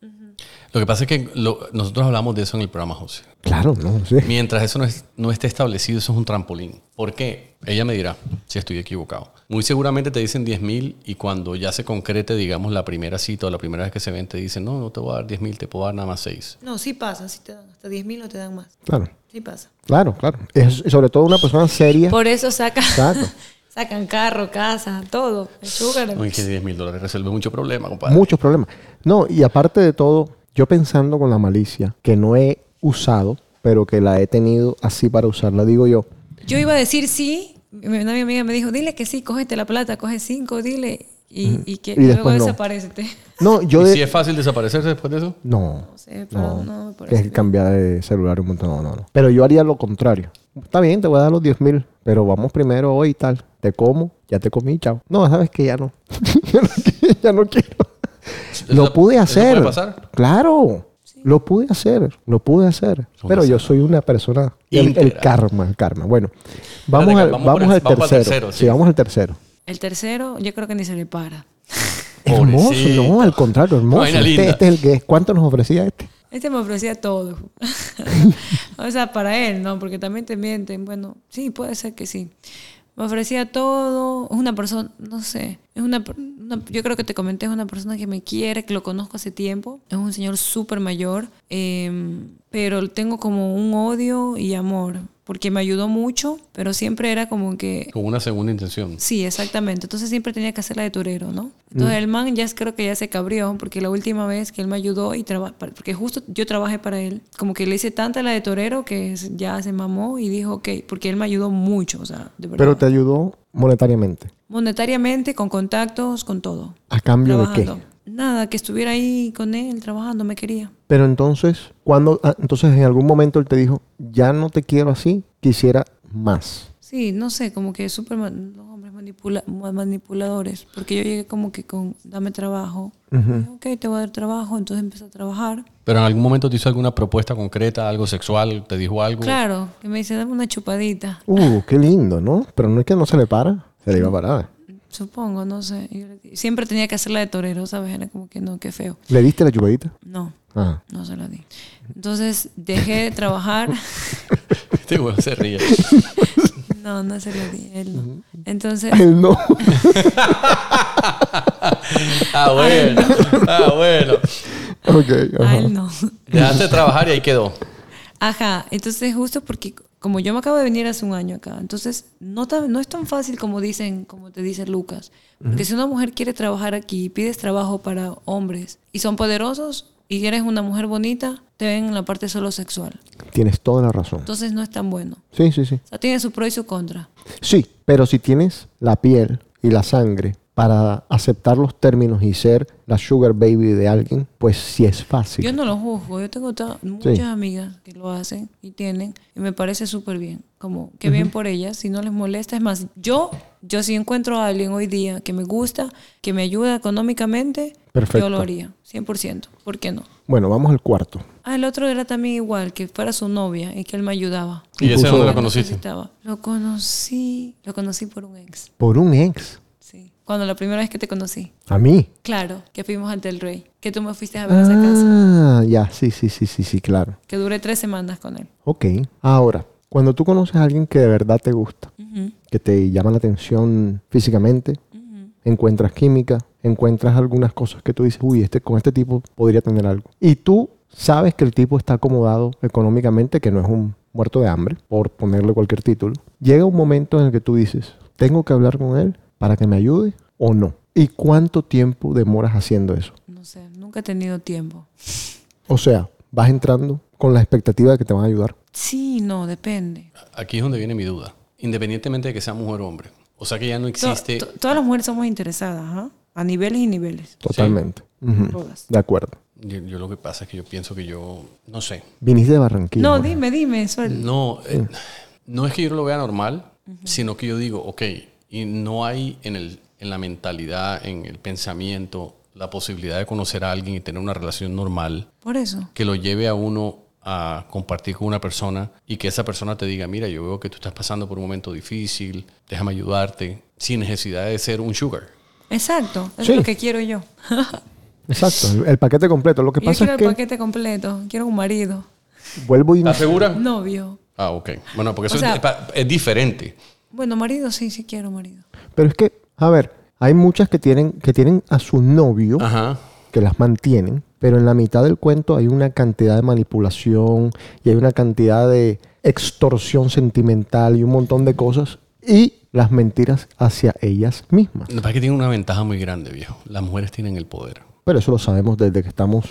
Lo que pasa es que lo- nosotros hablamos de eso en el programa, José.
Claro, no, sí.
Mientras eso no, es- no esté establecido, eso es un trampolín. ¿Por qué? Ella me dirá si estoy equivocado. Muy seguramente te dicen 10 mil y cuando ya se concrete, digamos, la primera cita o la primera vez que se ven, te dicen, no, no te voy a dar 10 mil, te puedo dar nada más 6.
No, sí pasa, sí te dan. Hasta 10 mil no te dan más.
Claro,
Sí pasa.
claro, claro. Es- y sobre todo una persona seria.
Por eso sacan,
Exacto.
sacan carro, casa, todo. El sugar.
No, es que 10 mil dólares resuelve mucho problema, compadre.
Muchos problemas. No, y aparte de todo, yo pensando con la malicia, que no he usado, pero que la he tenido así para usarla, digo yo.
Yo iba a decir sí. mi- Una amiga me dijo, dile que sí, cógete la plata, coge cinco, dile. Y, y que
Y
y luego
después no.
desaparecete.
No, yo
¿Y
de...
si es fácil desaparecerse después de eso?
No,
sé, pero
no,
no me parece
es que cambiar de celular un montón, no, no, no. Pero yo haría lo contrario. Está bien, te voy a dar los 10 mil, pero vamos primero hoy y tal. Te como, ya te comí, chao. No, sabes que ya no. ya, no qui- ya no quiero.
¿Eso-
Lo pude
eso
hacer.
puede pasar?
Claro. Lo pude hacer, lo pude hacer. Pero yo soy una persona. El, el
Íntegra.
karma, el karma. Bueno, vamos,
Espérate,
al,
vamos
vamos,
por
al
el- vamos al
tercero.
tercero,
sí,
sí.
vamos al tercero.
El tercero, yo creo que ni se le para.
Hermoso,
Pobrecito.
no, al contrario, hermoso.
Vaina
Este,
linda.
este es el que es. ¿Cuánto nos ofrecía este?
Este me ofrecía todo. o sea, para él, ¿no? Porque también te mienten. Bueno, sí, puede ser que sí. Me ofrecía todo. Es una persona, no sé. Es una, per- una- yo creo que te comenté, es una persona que me quiere, que lo conozco hace tiempo. Es un señor súper mayor. eh, pero tengo como un odio y amor. Porque me ayudó mucho, pero siempre era como que
Con una segunda intención.
Sí, exactamente. Entonces siempre tenía que hacer la de torero, ¿no? Entonces
Mm.
el man ya es- creo que ya se cabrió, porque la última vez que él me ayudó y traba- pa- porque justo yo trabajé para él, como que le hice tanta la de torero que es- ya se mamó y dijo, ok, porque él me ayudó mucho, o sea, de verdad.
Pero te ayudó monetariamente.
Monetariamente, con contactos, con todo.
¿A cambio de
Trabajando.
qué?
Nada, que estuviera ahí con él trabajando, me quería.
Pero entonces, cuando, ah, entonces en algún momento él te dijo, ya no te quiero así, quisiera más.
Sí, no sé, como que súper ma- los hombres manipula- ma- manipuladores, porque yo llegué como que con, dame trabajo, Dije, ok, te voy a dar trabajo, entonces empecé a trabajar.
Pero en algún momento te hizo alguna propuesta concreta, algo sexual, te dijo algo.
Claro, que me dice, dame una chupadita,
Uh, qué lindo, ¿no? Pero no es que no se le para, se le iba a parar.
supongo, no sé. Y yo le di- siempre tenía que hacer la de torero, ¿sabes? Era como que no, qué feo.
¿Le diste la chupadita?
No,
Ah.
no se la di. Entonces dejé de trabajar.
Este güey se ríe.
No, no se la di, él no. Entonces,
Él no.
Ah, bueno. Ah, bueno.
ok.
a
ajá.
él no.
Dejaste de trabajar y ahí quedó.
Ajá, entonces justo porque como yo me acabo de venir hace un año acá, entonces no, tan- no es tan fácil como dicen, como te dice Lucas, porque si una mujer quiere trabajar aquí, pides trabajo para hombres y son poderosos y eres una mujer bonita, te ven en la parte solo sexual,
Tienes toda la razón.
entonces no es tan bueno.
Sí, sí, sí.
O sea, tiene su pro y su contra.
Sí, pero si tienes la piel y la sangre para aceptar los términos y ser la sugar baby de alguien, pues sí es fácil.
Yo no lo juzgo, yo tengo ta- muchas amigas que lo hacen y tienen, y me parece súper bien. Como, qué bien por ellas, si no les molesta. Es más, yo, yo si encuentro a alguien hoy día que me gusta, que me ayuda económicamente,
Perfecto.
yo lo haría, 100%. ¿Por qué no?
Bueno, vamos al cuarto.
Ah, el otro era también igual, que fuera su novia y que él me ayudaba.
¿Y ese
Incluso-
dónde lo
Cuando
conociste?
necesitaba. Lo conocí, lo conocí por un ex,
Por un ex,
sí. Cuando la primera vez que te conocí.
a mí.
Claro, que fuimos ante el rey, que tú me fuiste a ver a esa casa,
Ah, ya, sí, sí, sí, sí, sí, claro.
que duré tres semanas con él.
Ok. Ahora, cuando tú conoces a alguien que de verdad te gusta,
Ujú.
que te llama la atención físicamente, encuentras química, encuentras algunas cosas que tú dices, uy, este, con este tipo podría tener algo. Y tú sabes que el tipo está acomodado económicamente, que no es un muerto de hambre, por ponerle cualquier título. Llega un momento en el que tú dices, tengo que hablar con él para que me ayude o no. ¿Y cuánto tiempo demoras haciendo eso?
No sé, nunca he tenido tiempo.
O sea, vas entrando con la expectativa de que te van a ayudar.
Sí, no, depende.
Aquí es donde viene mi duda. Independientemente de que sea mujer o hombre. O sea que ya no
To-
existe.
to- todas las mujeres somos interesadas, ¿ah? A niveles y niveles.
Totalmente. Ujú.
Todas.
De acuerdo.
Yo, yo lo que pasa es que yo pienso que yo. No sé.
Viniste de Barranquilla.
No,
Jorge.
dime, dime, suel-
No, eh, no es que yo no lo vea normal, sino que yo digo, ok, y no hay en, el, en la mentalidad, en el pensamiento, la posibilidad de conocer a alguien y tener una relación normal
Por eso.
que lo lleve a uno a compartir con una persona y que esa persona te diga, mira, yo veo que tú estás pasando por un momento difícil, déjame ayudarte, sin necesidad de ser un sugar.
Exacto, eso
Sí.
es lo que quiero yo.
Exacto, el, el paquete completo. Lo que
Yo
pasa
quiero
es
el
que
paquete completo, quiero un marido,
vuelvo y
¿Estás segura?
novio.
Ah, ok. Bueno, porque
O
eso es-
sea-
es, pa- es diferente.
Bueno, marido sí, sí quiero marido.
Pero es que, a ver, hay muchas que tienen, que tienen a su novio,
Ajá.
que las mantienen, pero en la mitad del cuento hay una cantidad de manipulación y hay una cantidad de extorsión sentimental y un montón de cosas y las mentiras hacia ellas mismas.
Lo que pasa es que tiene una ventaja muy grande, viejo. Las mujeres tienen el poder.
Pero eso lo sabemos desde que estamos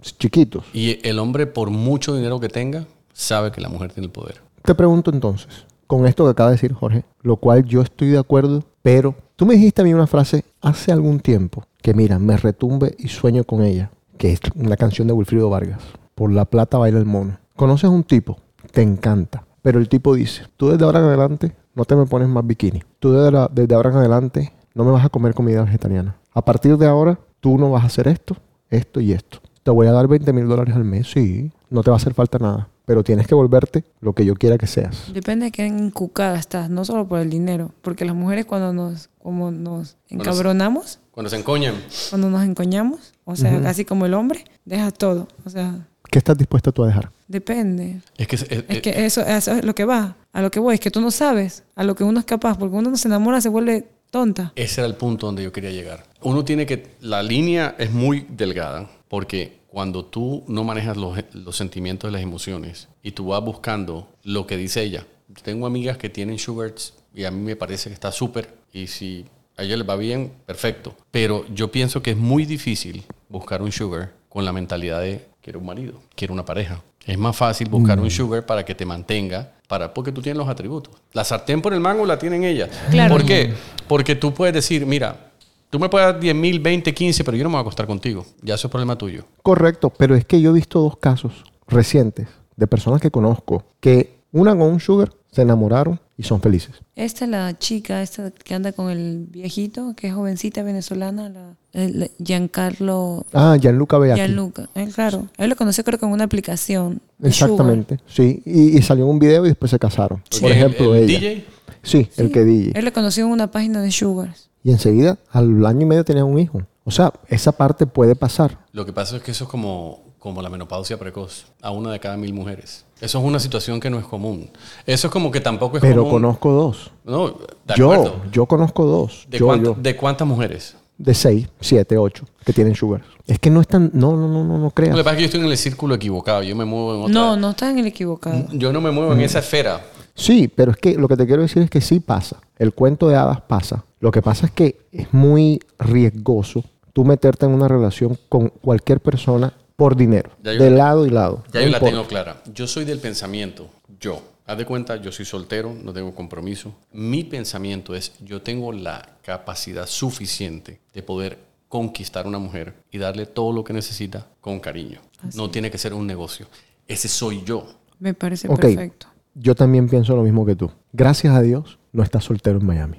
chiquitos.
Y el hombre, por mucho dinero que tenga, sabe que la mujer tiene el poder.
Te pregunto entonces, con esto que acaba de decir Jorge, lo cual yo estoy de acuerdo, pero tú me dijiste a mí una frase hace algún tiempo que mira, me retumbe y sueño con ella, que es una canción de Wilfrido Vargas, Por la plata baila el mono. Conoces a un tipo, te encanta, pero el tipo dice, tú desde ahora en adelante no te me pones más bikini, tú desde, la- desde ahora en adelante no me vas a comer comida vegetariana, a partir de ahora tú no vas a hacer esto, esto y esto. Te voy a dar 20 mil dólares al mes, sí, no te va a hacer falta nada, pero tienes que volverte lo que yo quiera que seas.
Depende de qué encucada estás, no solo por el dinero, porque las mujeres cuando nos, como nos encabronamos,
Cuando se encoñan,
cuando nos encoñamos, o sea, casi como el hombre, dejas todo, o sea,
¿Qué estás dispuesta tú a dejar?
depende.
es que, es- es-
Es que eso, eso es lo que va, a lo que voy, es que tú no sabes, a lo que uno es capaz, porque uno no se enamora, se vuelve tonta.
ese era el punto donde yo quería llegar. Uno tiene que, la línea es muy delgada, porque cuando tú no manejas los, los sentimientos y las emociones y tú vas buscando lo que dice ella, tengo amigas que tienen sugars y a mí me parece que está súper y si a ella le va bien, perfecto. Pero yo pienso que es muy difícil buscar un sugar con la mentalidad de quiero un marido, quiero una pareja. Es más fácil buscar
Mm.
un sugar para que te mantenga, para, porque tú tienes los atributos. La sartén por el mango la tienen ellas.
Claro.
¿Por qué?
Mm.
Porque tú puedes decir, mira, tú me puedes dar 10 mil, 20, 15, pero yo no me voy a acostar contigo. Ya eso es problema tuyo.
Correcto, pero es que yo he visto dos casos recientes de personas que conozco que una con un sugar se enamoraron y son felices.
Esta es la chica, esta que anda con el viejito, que es jovencita venezolana, la, el Giancarlo
Ah, Gianluca Beacchi.
Gianluca. Eh, claro, él lo conoció creo que en una aplicación. de Sugar.
Exactamente, sí. Y, y salió un video y después se casaron. Por
¿El-
ejemplo,
el
ella.
DJ?
Sí, el que DJ.
Él lo conoció en una página de Sugars.
Y enseguida, al año y medio, tenía un hijo. O sea, esa parte puede pasar.
Lo que pasa es que eso es como, como la menopausia precoz, a una de cada mil mujeres. Eso es una situación que no es común. Eso es como que tampoco es
Pero
común.
conozco dos.
No, de
Yo,
acuerdo.
yo conozco dos.
¿De,
yo,
cuánto-
yo.
de cuántas mujeres?
De seis, siete, ocho que tienen sugar. Es que no están. No, no, no, no, no
Lo
creas.
que pasa es que yo estoy en el círculo equivocado. Yo me muevo en otra. Mm.
No, no está en el equivocado.
Yo no me muevo
Mm.
en esa esfera.
Sí, pero es que lo que te quiero decir es que sí pasa. El cuento de hadas pasa. Lo que pasa es que es muy riesgoso tú meterte en una relación con cualquier persona por dinero,
Ya
de
yo la-
lado y lado. no
Ya yo la
importa.
tengo clara. Yo soy del pensamiento, yo. Haz de cuenta, yo soy soltero, no tengo compromiso. Mi pensamiento es, yo tengo la capacidad suficiente de poder conquistar una mujer y darle todo lo que necesita con cariño. No tiene que ser un negocio. Ese soy yo.
Me parece
Ok,
perfecto.
yo también pienso lo mismo que tú. Gracias a Dios no estás soltero en Miami.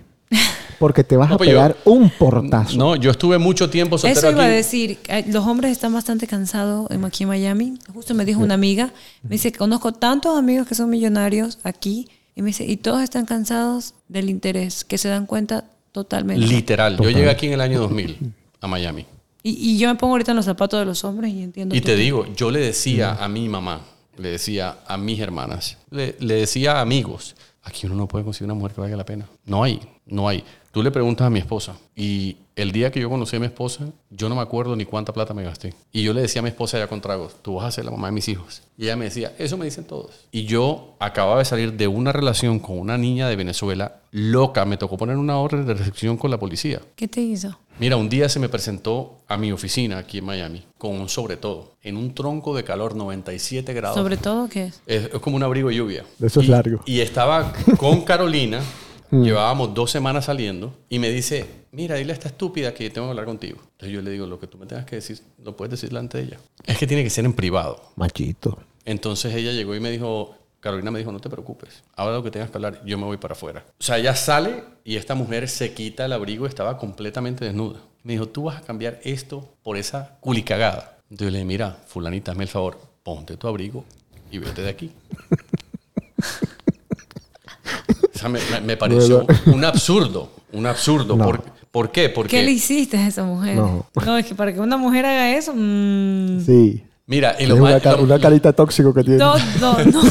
Porque te vas
No,
a
pues yo-
pegar un portazo.
No, yo estuve mucho tiempo soltero
Ah, Eso iba a
aquí.
decir, eh, los hombres están bastante cansados en- aquí en Miami. Justo me dijo una amiga, me dice, conozco tantos amigos que son millonarios aquí, y me dice, y todos están cansados del interés, que se dan cuenta totalmente.
Literal. Yo llegué aquí en el año 2000 a Miami.
y, y yo me pongo ahorita en los zapatos de los hombres y entiendo.
Y
todo.
te digo, yo le decía a mi mamá, le decía a mis hermanas, le, le decía a amigos, aquí uno no puede conseguir una mujer que valga la pena. No hay, no hay. Tú le preguntas a mi esposa y el día que yo conocí a mi esposa, yo no me acuerdo ni cuánta plata me gasté. Y yo le decía a mi esposa ya con tragos, tú vas a ser la mamá de mis hijos. Y ella me decía, eso me dicen todos. Y yo acababa de salir de una relación con una niña de Venezuela loca, me tocó poner una orden de recepción con la policía.
¿Qué te hizo?
Mira, un día se me presentó a mi oficina aquí en Miami con un sobre todo, en un tronco de calor 97 grados.
Sobre todo que es.
es, es como un abrigo de lluvia.
Eso es
Y-
largo.
Y estaba con Carolina, llevábamos dos semanas saliendo, y me dice, mira, dile a esta estúpida que tengo que hablar contigo. Entonces yo le digo, lo que tú me tengas que decir, lo puedes decir delante de ella. Es que tiene que ser en privado.
Machito.
Entonces ella llegó y me dijo, Carolina me dijo, no te preocupes, ahora lo que tengas que hablar, yo me voy para afuera. O sea, ella sale y esta mujer se quita el abrigo y estaba completamente desnuda. Me dijo, tú vas a cambiar esto por esa culicagada. Entonces yo le dije, mira, fulanita, hazme el favor, ponte tu abrigo y vete de aquí. O sea, me, me- me pareció un absurdo, un absurdo.
No.
¿Por, por qué? Porque...
¿Qué le hiciste a esa mujer?
No.
es que para que una mujer haga eso, mm,
Sí.
Mira, y
Es
lo
una,
más-
ca-
lo-
una carita tóxico que tiene.
todo, no.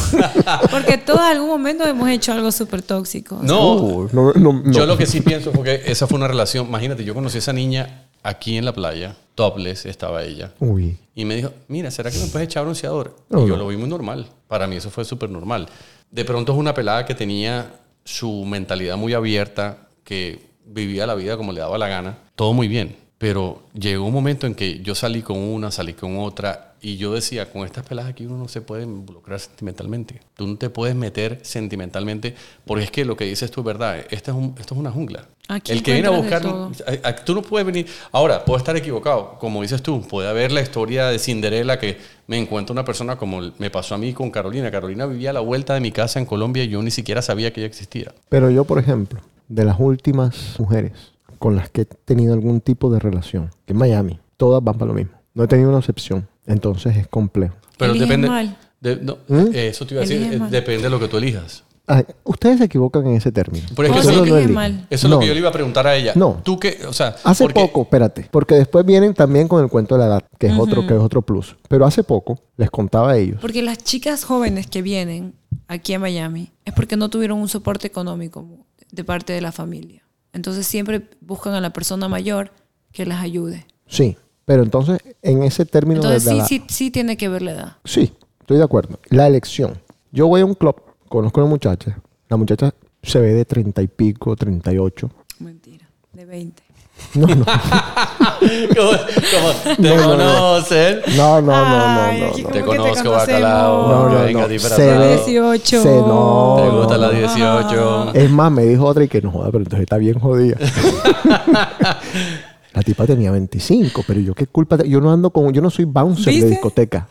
Porque todos en algún momento hemos hecho algo súper tóxico.
No,
Uh, no, no, no.
Yo lo que sí pienso, porque esa fue una relación, imagínate, yo conocí a esa niña aquí en la playa, topless estaba ella,
Uy.
y me dijo, mira, ¿será que me puedes echar bronceador? Y
No,
yo
no.
lo vi muy normal, para mí eso fue súper normal. De pronto es una pelada que tenía su mentalidad muy abierta, que vivía la vida como le daba la gana, todo muy bien, pero llegó un momento en que yo salí con una, salí con otra, y yo decía, con estas peladas aquí uno no se puede involucrar sentimentalmente. Tú no te puedes meter sentimentalmente, porque es que lo que dices tú es verdad. Esta es un- esto es una jungla.
Aquí
El que viene a
encuentras
buscar,
Ah, de todo.
a- a- tú no puedes venir. Ahora, puedo estar equivocado, como dices tú, puede haber la historia de Cinderela que me encuentro una persona como el- me pasó a mí con Carolina. Carolina vivía a la vuelta de mi casa en Colombia y yo ni siquiera sabía que ella existía.
Pero yo, por ejemplo, de las últimas mujeres con las que he tenido algún tipo de relación, que en Miami, todas van para lo mismo. No he tenido una excepción. Entonces es complejo.
Pero
Eliges
depende.
mal.
de- no, eh, Eso te iba a
Eliges
decir, eh,
mal.
depende de lo que tú elijas.
Ah, ustedes se equivocan en ese término.
Por ejemplo,
Eso
Todo
no
que
lo
elige
eligen.
mal.
Eso es lo
No.
que yo le iba a preguntar a ella.
No.
Tú que, o sea,
Hace
porque-
poco, espérate, porque después vienen también con el cuento de la edad, que es otro, que es otro plus. Pero hace poco les contaba a ellos.
Porque las chicas jóvenes que vienen aquí a Miami es porque no tuvieron un soporte económico de parte de la familia. Entonces siempre buscan a la persona mayor que las ayude.
Sí, pero entonces en ese término
Entonces
de la
sí,
edad-
sí, sí tiene que ver la edad.
Sí, estoy de acuerdo. La elección. Yo voy a un club, conozco a una muchacha. La muchacha se ve de treinta y pico, treinta y ocho.
Mentira, de 20.
No, no,
como, como te conocen.
no, no, no,
Ay,
no, no,
aquí
no.
como
Te
que te
conozco,
conocemos.
bacalao.
No, no,
venga,
no.
disfrazado.
Se ve-
18.
Se-
Te
no,
gusta
no,
la
no.
18.
Es más, me dijo otra y que no joda, pero entonces está bien jodida. la tipa tenía 25, pero yo qué culpa. te- Yo no ando con. Yo no soy bouncer
¿Viste?
de discoteca.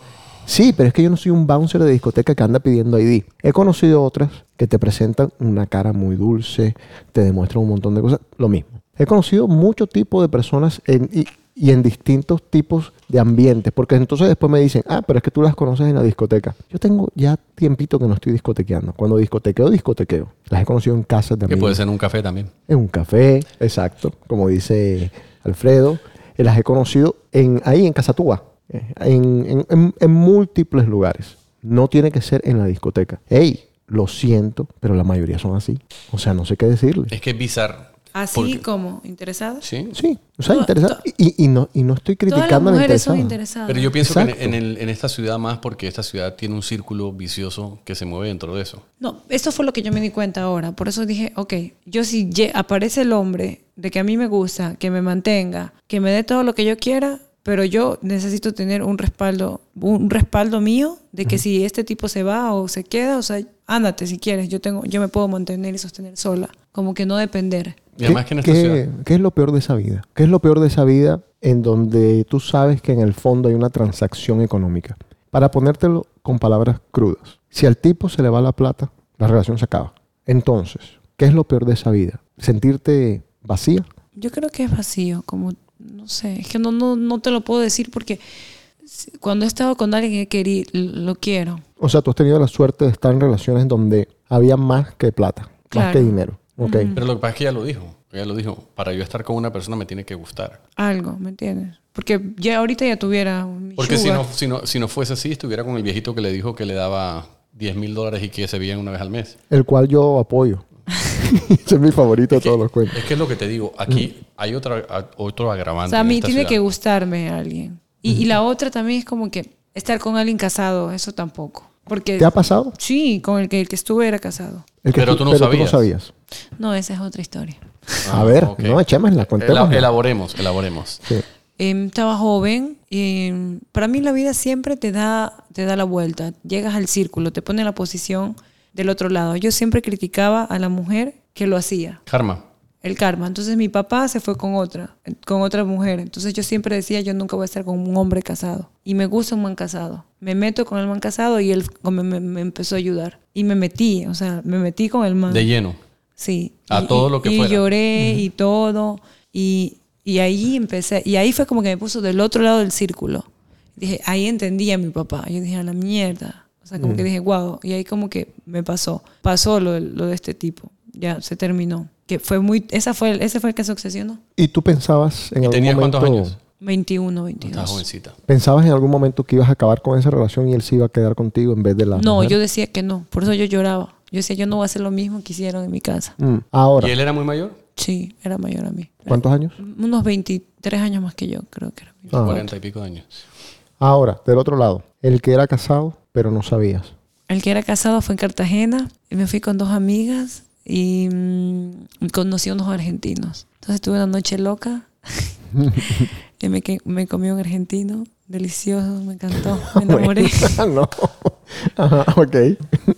Sí, pero es que yo no soy un bouncer de discoteca que anda pidiendo ID. He conocido otras que te presentan una cara muy dulce, te demuestran un montón de cosas. Lo mismo. He conocido mucho tipo de personas en- y, y en distintos tipos de ambientes, porque entonces después me dicen, ah, pero es que tú las conoces en la discoteca. Yo tengo ya tiempito que no estoy discotequeando. Cuando discotequeo, discotequeo. Las he conocido en casas de
Que
amigos.
puede ser un café también.
En un café, exacto, como dice Alfredo. Eh, Las he conocido en, ahí en Casatúa, eh, en, en- en- en múltiples lugares. No tiene que ser en la discoteca. ¡Ey! Lo siento, pero la mayoría son así. O sea, no sé qué decirle.
Es que es bizarro.
Así
Porque-
como, ¿interesadas?
Sí.
Sí, o sea,
Toda-
interesante. Y, y no, y no estoy
Todas las
criticando a la
mujeres son
interesada.
interesadas.
Pero yo pienso que
Exacto.
en, en el- en esta ciudad más porque esta ciudad tiene un círculo vicioso que se mueve dentro de eso.
No, eso fue lo que yo me di cuenta ahora. Por eso dije, ok, yo si lle- aparece el hombre de que a mí me gusta, que me mantenga, que me dé todo lo que yo quiera, Pero yo necesito tener un respaldo, un respaldo mío de que si este tipo se va o se queda, o sea, ándate si quieres, yo tengo, yo me puedo mantener y sostener sola, como que no depender.
Y además que en esta
qué-
ciudad.
qué es lo peor de esa vida? ¿Qué es lo peor de esa vida en donde tú sabes que en el fondo hay una transacción económica? Para ponértelo con palabras crudas. Si al tipo se le va la plata, la relación se acaba. Entonces, ¿qué es lo peor de esa vida? ¿Sentirte vacía?
Yo creo que es vacío, como, no sé, es que no, no, no te lo puedo decir porque si- cuando he estado con alguien que querí, lo quiero.
O sea, tú has tenido la suerte de estar en relaciones donde había más que plata, más
Claro.
que dinero. Ok.
Pero lo que pasa es que ella lo dijo. Ella lo dijo. Para yo estar con una persona me tiene que gustar.
algo, ¿me entiendes? Porque ya ahorita ya tuviera un
Porque si
sugar.
no, si, no, si no fuese así, estuviera con el viejito que le dijo que le daba 10 mil dólares y que se veían una vez al mes.
El cual yo apoyo. Ese es mi favorito de todos los cuentos. Mm.
Es que es lo que te digo. Aquí hay otra, a- otro agravante.
O sea, a
en
mí
esta
tiene que
ciudad.
gustarme alguien. Y, y la otra también es como que estar con alguien casado, eso tampoco. Porque
¿Te ha pasado?
sí, con el que, el que estuve era casado.
El que
Pero tú no sabías.
sabías.
No, esa es otra historia.
Ah,
a ver,
ok.
no, echémosla,
Ela-
contémosla.
elaboremos, elaboremos.
Sí.
Em, estaba joven. em, para mí la vida siempre te da, te da la vuelta. Llegas al círculo, te pone en la posición del otro lado. Yo siempre criticaba a la mujer que lo hacía.
Karma.
el karma. Entonces mi papá se fue con otra, con otra mujer. Entonces yo siempre decía, yo nunca voy a estar con un hombre casado. Y me gusta un man casado. Me meto con el man casado y él me, me- me empezó a ayudar. Y me metí, o sea, me metí con el man.
De lleno.
Sí.
A
Y-
todo
y-
lo que
y
fuera.
lloré y todo. Y, y ahí empecé. Y ahí fue como que me puso del otro lado del círculo. Dije, ahí entendí a mi papá. Yo dije, a la mierda. O sea, como que dije, wow. Y ahí como que me pasó. Pasó lo, lo de este tipo. Ya se terminó. Que fue muy. Esa fue, el- ese fue el que se obsesionó.
¿Y tú pensabas en algún
tenías
momento?
cuántos años?
21,
Estás
22.
jovencita.
¿Pensabas en algún momento que ibas a acabar con esa relación y él se iba a quedar contigo en vez de la
No,
mujer?
yo decía que no. Por eso yo lloraba. Yo decía, yo no voy a hacer lo mismo que hicieron en mi casa.
Mm, Ahora,
¿Y él era muy mayor?
Sí, era mayor a mí.
¿cuántos años?
Unos 23 años más que yo, creo que era.
Ah,
40 y pico de años.
Ahora, del otro lado, el que era casado, pero no sabías.
El que era casado fue en Cartagena y me fui con dos amigas y mm, conocí a unos argentinos. Entonces tuve una noche loca y me, que- me comí un argentino delicioso, me encantó, me enamoré,
no. Ajá, ok.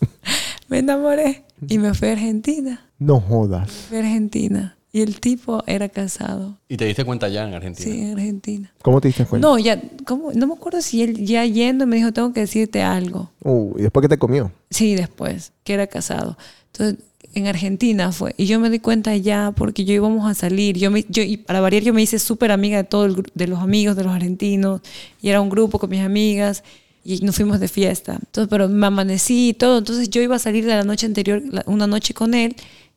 me enamoré y me fui a Argentina,
No jodas.
me fui a Argentina. Y el tipo era casado,
Y te diste cuenta ya en Argentina.
sí, en Argentina.
¿Cómo te diste cuenta?
No, ya, ¿cómo? no me acuerdo si él ya yendo me dijo, tengo que decirte algo.
Uh, ¿Y después qué te comió?
Sí, después, que era casado. Entonces, en Argentina fue. Y yo me di cuenta ya porque yo íbamos a salir. Yo me, yo, y para variar, yo me hice súper amiga de todo el gru- de los amigos, de los argentinos. Y era un grupo con mis amigas. Y nos fuimos de fiesta. Entonces, pero me amanecí y todo. Entonces, yo iba a salir de la noche anterior, la- una noche con él.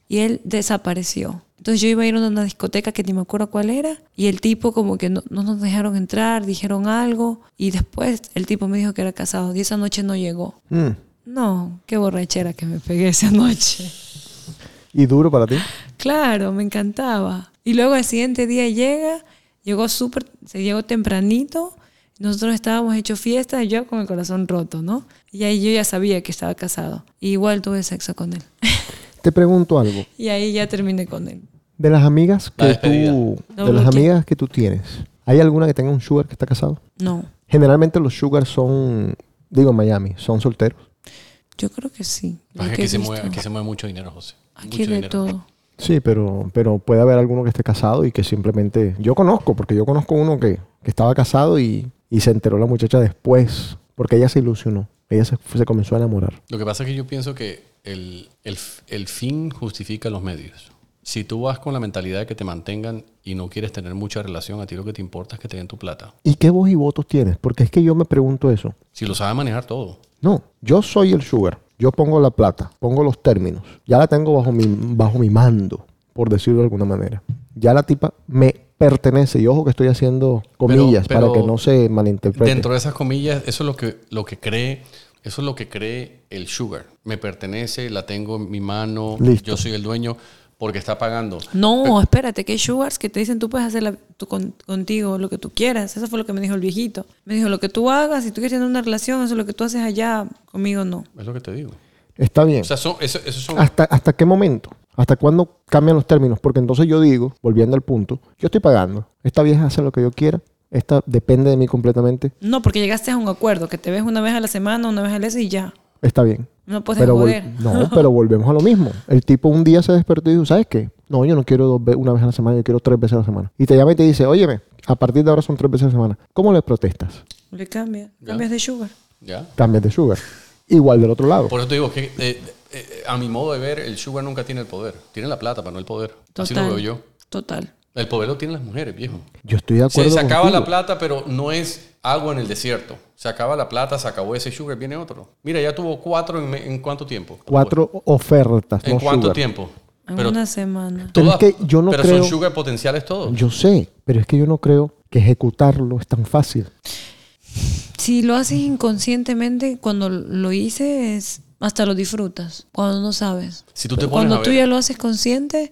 Y él desapareció. Entonces yo iba a ir a una discoteca que ni me acuerdo cuál era y el tipo como que no, no nos dejaron entrar, dijeron algo y después el tipo me dijo que era casado y esa noche no llegó.
Mm.
No, qué borrachera que me pegué esa noche.
¿Y duro para ti?
Claro, me encantaba. Y luego al siguiente día llega, llegó súper, se llegó tempranito. Nosotros estábamos hecho fiesta, y yo con el corazón roto, ¿no? Y ahí yo ya sabía que estaba casado. Y igual tuve sexo con él.
Te pregunto algo.
y ahí ya terminé con él.
De las amigas
La
que
despedida.
tú,
No,
de las
no quiero.
amigas que tú tienes, ¿hay alguna que tenga un sugar que está casado?
No,
Generalmente los sugars son, digo en Miami, son solteros.
yo creo que sí. Lo
Pasa que
que he
aquí, se mueve,
visto.
aquí se mueve mucho dinero, José.
Aquí
mucho
de
dinero.
todo.
Sí, pero, pero puede haber alguno que esté casado y que simplemente, yo conozco, porque yo conozco uno que, que estaba casado y, y se enteró la muchacha después, porque ella se ilusionó, ella se, se comenzó a enamorar.
Lo que pasa es que yo pienso que el, el- el fin justifica los medios. Si tú vas con la mentalidad de que te mantengan y no quieres tener mucha relación, a ti lo que te importa es que te den tu plata.
¿Y qué voz y votos tienes? Porque es que yo me pregunto eso.
Si lo sabes manejar todo.
No, yo soy el sugar. Yo pongo la plata, pongo los términos. Ya la tengo bajo mi, bajo mi mando, por decirlo de alguna manera. Ya la tipa me pertenece. Y ojo que estoy haciendo comillas
Pero-
para
pero
que no se malinterprete.
Dentro de esas comillas, eso es lo que, lo que cree, eso es lo que cree el sugar. Me pertenece, la tengo en mi mano,
Listo.
yo soy el dueño, porque está pagando.
No,
Eh,
espérate, que hay sugars que te dicen tú puedes hacer la- tú con- contigo lo que tú quieras. Eso fue lo que me dijo el viejito. Me dijo, lo que tú hagas, si tú quieres tener una relación, eso es lo que tú haces allá, conmigo no.
Es lo que te digo.
Está bien.
O sea, son, eso- esos son
¿Hasta, ¿Hasta qué momento? ¿Hasta cuándo cambian los términos? Porque entonces yo digo, volviendo al punto, yo estoy pagando. Esta vieja hace lo que yo quiera. esta depende de mí completamente,
No, porque llegaste a un acuerdo, que te ves una vez a la semana, una vez al mes y ya.
está bien.
No puedes
Pero vol-
joder.
no, pero volvemos a lo mismo. El tipo un día se despertó y dijo, ¿sabes qué? No, yo no quiero dos ve- una vez a la semana, yo quiero tres veces a la semana. Y te llama y te dice, óyeme, a partir de ahora son tres veces a la semana. ¿Cómo le protestas?
Le cambia, cambias de sugar.
¿Ya?
Cambias de sugar. Igual del otro lado.
Por eso te digo que, eh, eh, a mi modo de ver, el sugar nunca tiene el poder. Tiene la plata, pero no el poder. Así lo veo yo.
Total.
El poder lo tienen las mujeres, viejo.
Yo estoy de
Se,
acuerdo
se acaba
contigo.
la plata, pero no es agua en el desierto. Se acaba la plata, se acabó ese sugar, viene otro. Mira, ya tuvo cuatro en, me- ¿en cuánto tiempo.
Cuatro ofertas,
¿En
no
cuánto
sugar.
tiempo?
En
Pero,
una semana.
Pero es
todas-
que yo no
pero
creo-
son sugar potenciales todos.
Yo sé, pero es que yo no creo que ejecutarlo es tan fácil.
Si lo haces inconscientemente, cuando lo hices, hasta lo disfrutas, cuando no sabes.
Si tú te pones
Cuando
a
tú
ver-
ya lo haces consciente,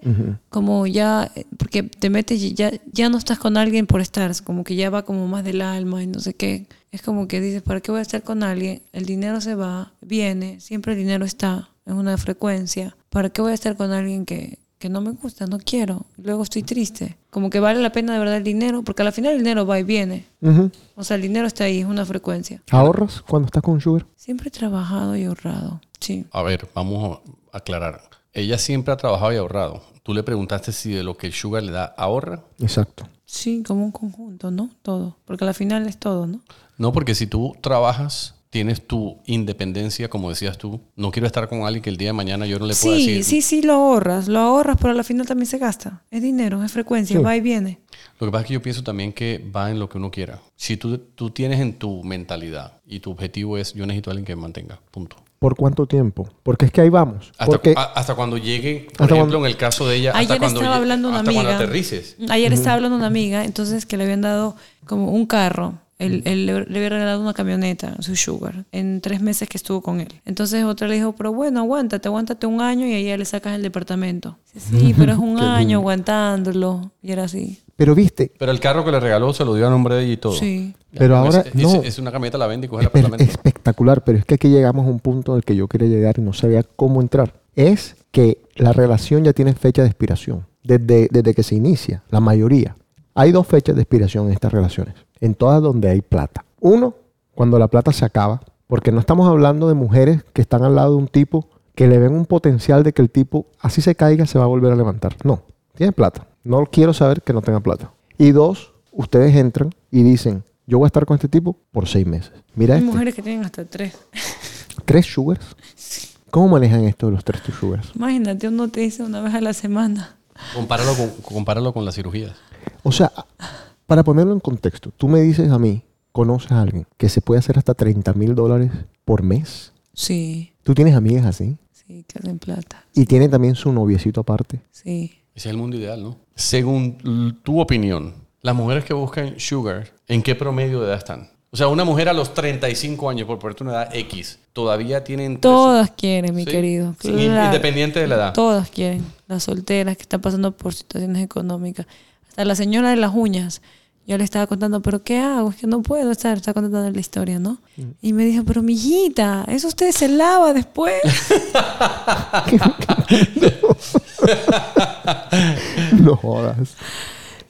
como ya, eh, porque te metes y ya, ya no estás con alguien por estar, es como que ya va como más del alma y no sé qué. Es como que dices, ¿para qué voy a estar con alguien? El dinero se va, viene, siempre el dinero está, es una frecuencia. ¿Para qué voy a estar con alguien que, que no me gusta, no quiero? Luego estoy triste. Como que vale la pena de verdad el dinero, porque al final el dinero va y viene.
Ujú.
O sea, el dinero está ahí, es una frecuencia.
¿Ahorras cuando estás con sugar?
Siempre he trabajado y ahorrado. Sí.
A ver, vamos a aclarar. Ella siempre ha trabajado y ahorrado. Tú le preguntaste si de lo que el sugar le da ahorra.
Exacto.
Sí, como un conjunto, ¿no? Todo. Porque al final es todo, ¿no?
No, porque si tú trabajas, tienes tu independencia, como decías tú. No quiero estar con alguien que el día de mañana yo no le pueda
sí,
decir.
sí, sí, lo ahorras. Lo ahorras, pero al final también se gasta. Es dinero, es frecuencia, va y viene.
Lo que pasa es que yo pienso también que va en lo que uno quiera. Si tú, tú tienes en tu mentalidad y tu objetivo es yo necesito a alguien que me mantenga, punto.
¿Por cuánto tiempo? Porque es que ahí vamos.
Hasta, ah.
Porque
a- hasta cuando llegue, por
Hasta
ejemplo,
cuando-
en el caso de ella, hasta
Ayer
cuando,
estaba
llegue-
hablando una
hasta
amiga. Mm,
cuando aterrices.
Ayer estaba hablando una amiga, entonces que le habían dado como un carro. Él, él le le había regalado una camioneta, su sugar, en tres meses que estuvo con él. Entonces otra le dijo, pero bueno, aguántate, aguántate un año y ahí ya le sacas el departamento. Dice, Sí, pero es un año aguantándolo. Y era así.
Pero viste,
Pero el carro que le regaló se lo dio a nombre de ella y todo.
Sí.
pero ahora
Es,
no.
es- es una camioneta, la vende y coge el
Espe-
apartamento.
espectacular, pero es que aquí llegamos a un punto al que yo quería llegar y no sabía cómo entrar. Es que la relación ya tiene fecha de expiración, desde, desde que se inicia, la mayoría. Hay dos fechas de expiración en estas relaciones, en todas donde hay plata. Uno, cuando la plata se acaba, porque no estamos hablando de mujeres que están al lado de un tipo que le ven un potencial de que el tipo así se caiga se va a volver a levantar. No, tiene plata. No quiero saber que no tenga plata. Y dos, ustedes entran y dicen, yo voy a estar con este tipo por seis meses. Mira
Hay
este.
mujeres que tienen hasta tres.
¿Tres sugars? ¿Cómo manejan esto de los tres sugars?
Imagínate, uno te dice una vez a la semana.
Compáralo con, compáralo con las cirugías.
O sea, para ponerlo en contexto, tú me dices a mí, conoces a alguien que se puede hacer hasta 30 mil dólares por mes.
Sí,
Tú tienes amigas así
sí, que hacen plata.
y tiene también su noviecito aparte.
Sí.
Ese es el mundo ideal, ¿no? Según l- tu opinión, las mujeres que buscan sugar, ¿en qué promedio de edad están? O sea, una mujer a los 35 años, por ponerte una edad X, todavía tienen...
Todas quieren, mi
Sí,
querido.
sí, independiente de la edad.
Todas quieren. Las solteras que están pasando por situaciones económicas. Hasta la señora de las uñas. Yo le estaba contando, pero ¿qué hago? Es que no puedo estar. Está contando la historia, ¿no?
Mm.
Y me dijo, pero mijita, eso usted se lava después.
No jodas.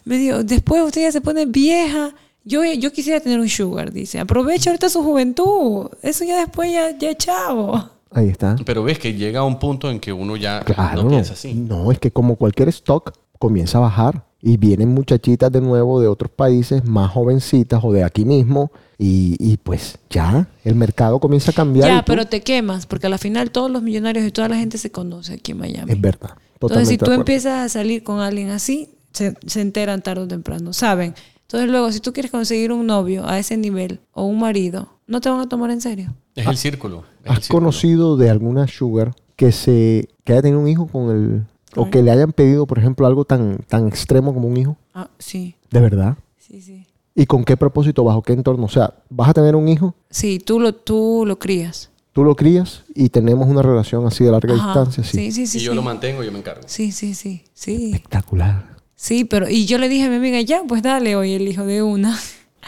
Me dijo, después usted ya se pone vieja. Yo, yo quisiera tener un sugar, dice. Aprovecha ahorita su juventud. Eso ya después ya, ya es chavo.
Ahí está.
Pero ves que llega a un punto en que uno ya
Claro.
no piensa así.
No, es que como cualquier stock comienza a bajar y vienen muchachitas de nuevo de otros países, más jovencitas o de aquí mismo y, y pues ya, el mercado comienza a cambiar. y
Ya,
tú-
pero te quemas, porque al final todos los millonarios y toda la gente se conoce aquí en Miami.
Es verdad.
Entonces,
totalmente
si tú
de acuerdo.
empiezas a salir con alguien así, se, se enteran tarde o temprano, ¿saben? Entonces, luego, si tú quieres conseguir un novio a ese nivel o un marido, no te van a tomar en serio.
Es el círculo. es el
Ah, ¿Has
círculo.
conocido de alguna sugar que se que haya tenido un hijo con el o que le hayan pedido, por ejemplo, algo tan tan extremo como un hijo?
Ah, sí,
¿De verdad?
sí, sí.
¿Y con qué propósito, bajo qué entorno? O sea, vas a tener un hijo,
Sí, tú lo, tú lo crías.
tú lo crías y tenemos una relación así de larga
Ajá.
distancia, sí.
Sí, sí, sí.
y yo
sí.
lo mantengo, yo me encargo.
sí, sí, sí, sí.
Espectacular.
Sí, pero y yo le dije a mi amiga, ya, pues dale hoy el hijo de una.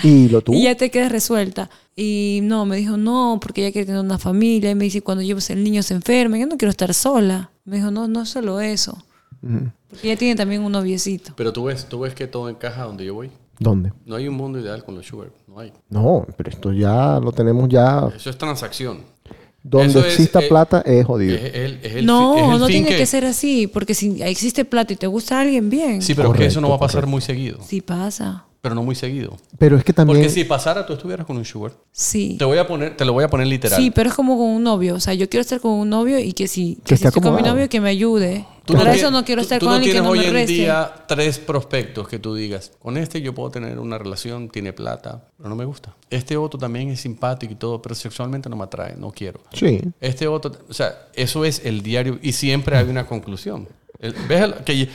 Y lo tuvo.
Y ya te quedas resuelta. Y no, me dijo, no, porque ella quiere tener una familia. Y me dice, cuando yo pues, el niño se enferme, yo no quiero estar sola. Me dijo, no, no es
Mm.
solo eso. Porque ella tiene también un noviecito.
Pero tú ves, tú ves que todo encaja donde yo voy.
¿Dónde?
No hay un mundo ideal con los sugar. No hay.
No, pero esto ya lo tenemos ya.
Eso es transacción.
Donde
es,
exista
eh,
plata es jodido.
Es, el- es el
no,
fi- es el
no
fin
tiene que... ser así, porque si existe plata y te gusta alguien, bien.
Sí, pero que eso no va a pasar muy seguido.
Sí pasa.
Pero no muy seguido.
pero es que también.
Porque si pasara, tú estuvieras con un sugar.
Sí.
Te, voy a poner, te lo voy a poner literal.
Sí, pero es como con un novio. O sea, yo quiero estar con un novio y que si,
Que
que si
esté
estoy con mi
acomodado.
novio, que me ayude.
Tú
Para
tie-
eso no quiero
tú-
estar
tú
con alguien que no
tienes
me
hoy en
reste.
día tres prospectos que tú digas, con este yo puedo tener una relación, tiene plata, pero no me gusta. Este otro también es simpático y todo, pero sexualmente no me atrae, no quiero.
Sí.
Este otro, o sea, eso es el diario y siempre hay una conclusión. El- ¿Ves? el- que yo,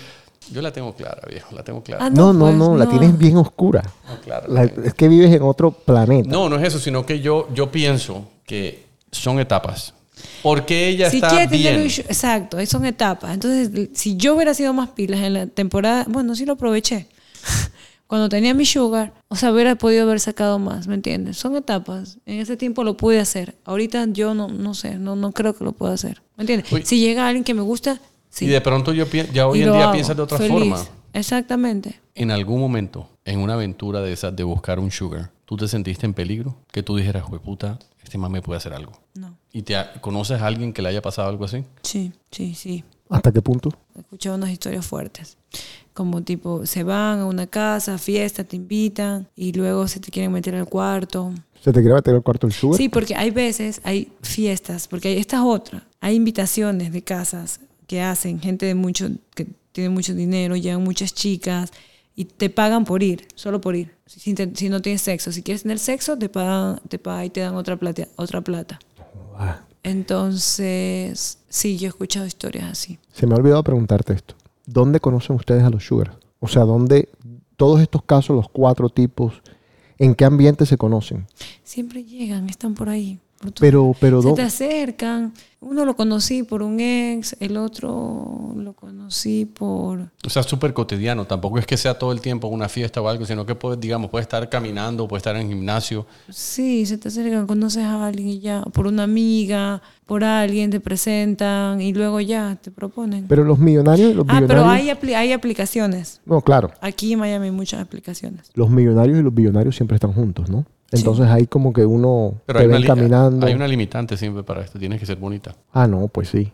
yo la tengo clara, viejo, la tengo clara.
Ah,
No, no,
pues,
no, la tienes bien oscura.
No, claro.
La- es que vives en otro planeta.
No, no es eso, sino que yo, yo pienso que son etapas. Porque ella
Si
está
quiere tener
bien.
un sh- exacto, ahí son etapas. Entonces, si yo hubiera sido más pilas en la temporada, bueno, sí lo aproveché. Cuando tenía mi sugar, o sea, hubiera podido haber sacado más, ¿me entiendes? Son etapas. En ese tiempo lo pude hacer. Ahorita yo no, no sé, no, no creo que lo pueda hacer. ¿Me entiendes?
Uy.
Si llega alguien que me gusta, sí.
Y de pronto yo pien- ya hoy
Y
en
lo
día
hago,
piensas de otra
feliz.
forma.
Exactamente.
en algún momento, en una aventura de esas de buscar un sugar, tú te sentiste en peligro, que tú dijeras, puta, este man me puede hacer algo.
No.
¿Y te ha- conoces a alguien que le haya pasado algo así?
Sí, sí, sí.
¿Hasta qué punto?
He escuchado unas historias fuertes. Como tipo, se van a una casa, fiesta, te invitan y luego se te quieren meter al cuarto.
¿Se te quiere meter el cuarto en sugar?
Sí, porque hay veces, hay fiestas, porque hay- esta es otra. Hay invitaciones de casas que hacen gente de mucho, que tiene mucho dinero, llevan muchas chicas y te pagan por ir, solo por ir. Si, te- si no tienes sexo, si quieres tener sexo, te pagan, te pagan y te dan otra plata, otra plata. Entonces, sí, yo he escuchado historias así.
Se me ha olvidado preguntarte esto. ¿Dónde conocen ustedes a los sugar? O sea, ¿dónde todos estos casos, los cuatro tipos, en qué ambiente se conocen?
Siempre llegan, están por ahí. por tu-
Pero, pero,
se
¿dó-
te acercan. Uno lo conocí por un ex, el otro lo conocí por...
O sea, súper cotidiano. Tampoco es que sea todo el tiempo una fiesta o algo, sino que, puedes, digamos, puedes estar caminando, puedes estar en gimnasio.
Sí, se te acercan, conoces a alguien y ya, por una amiga, por alguien, te presentan y luego ya te proponen.
pero los millonarios, los
ah,
billonarios.
pero hay, apli- hay aplicaciones.
No, claro.
Aquí en Miami hay muchas aplicaciones.
Los millonarios y los billonarios siempre están juntos, ¿no? Entonces hay como que uno
Pero
te
hay una,
ven
li-
caminando.
hay una limitante siempre para esto. Tienes que ser bonita.
Ah, no, pues sí.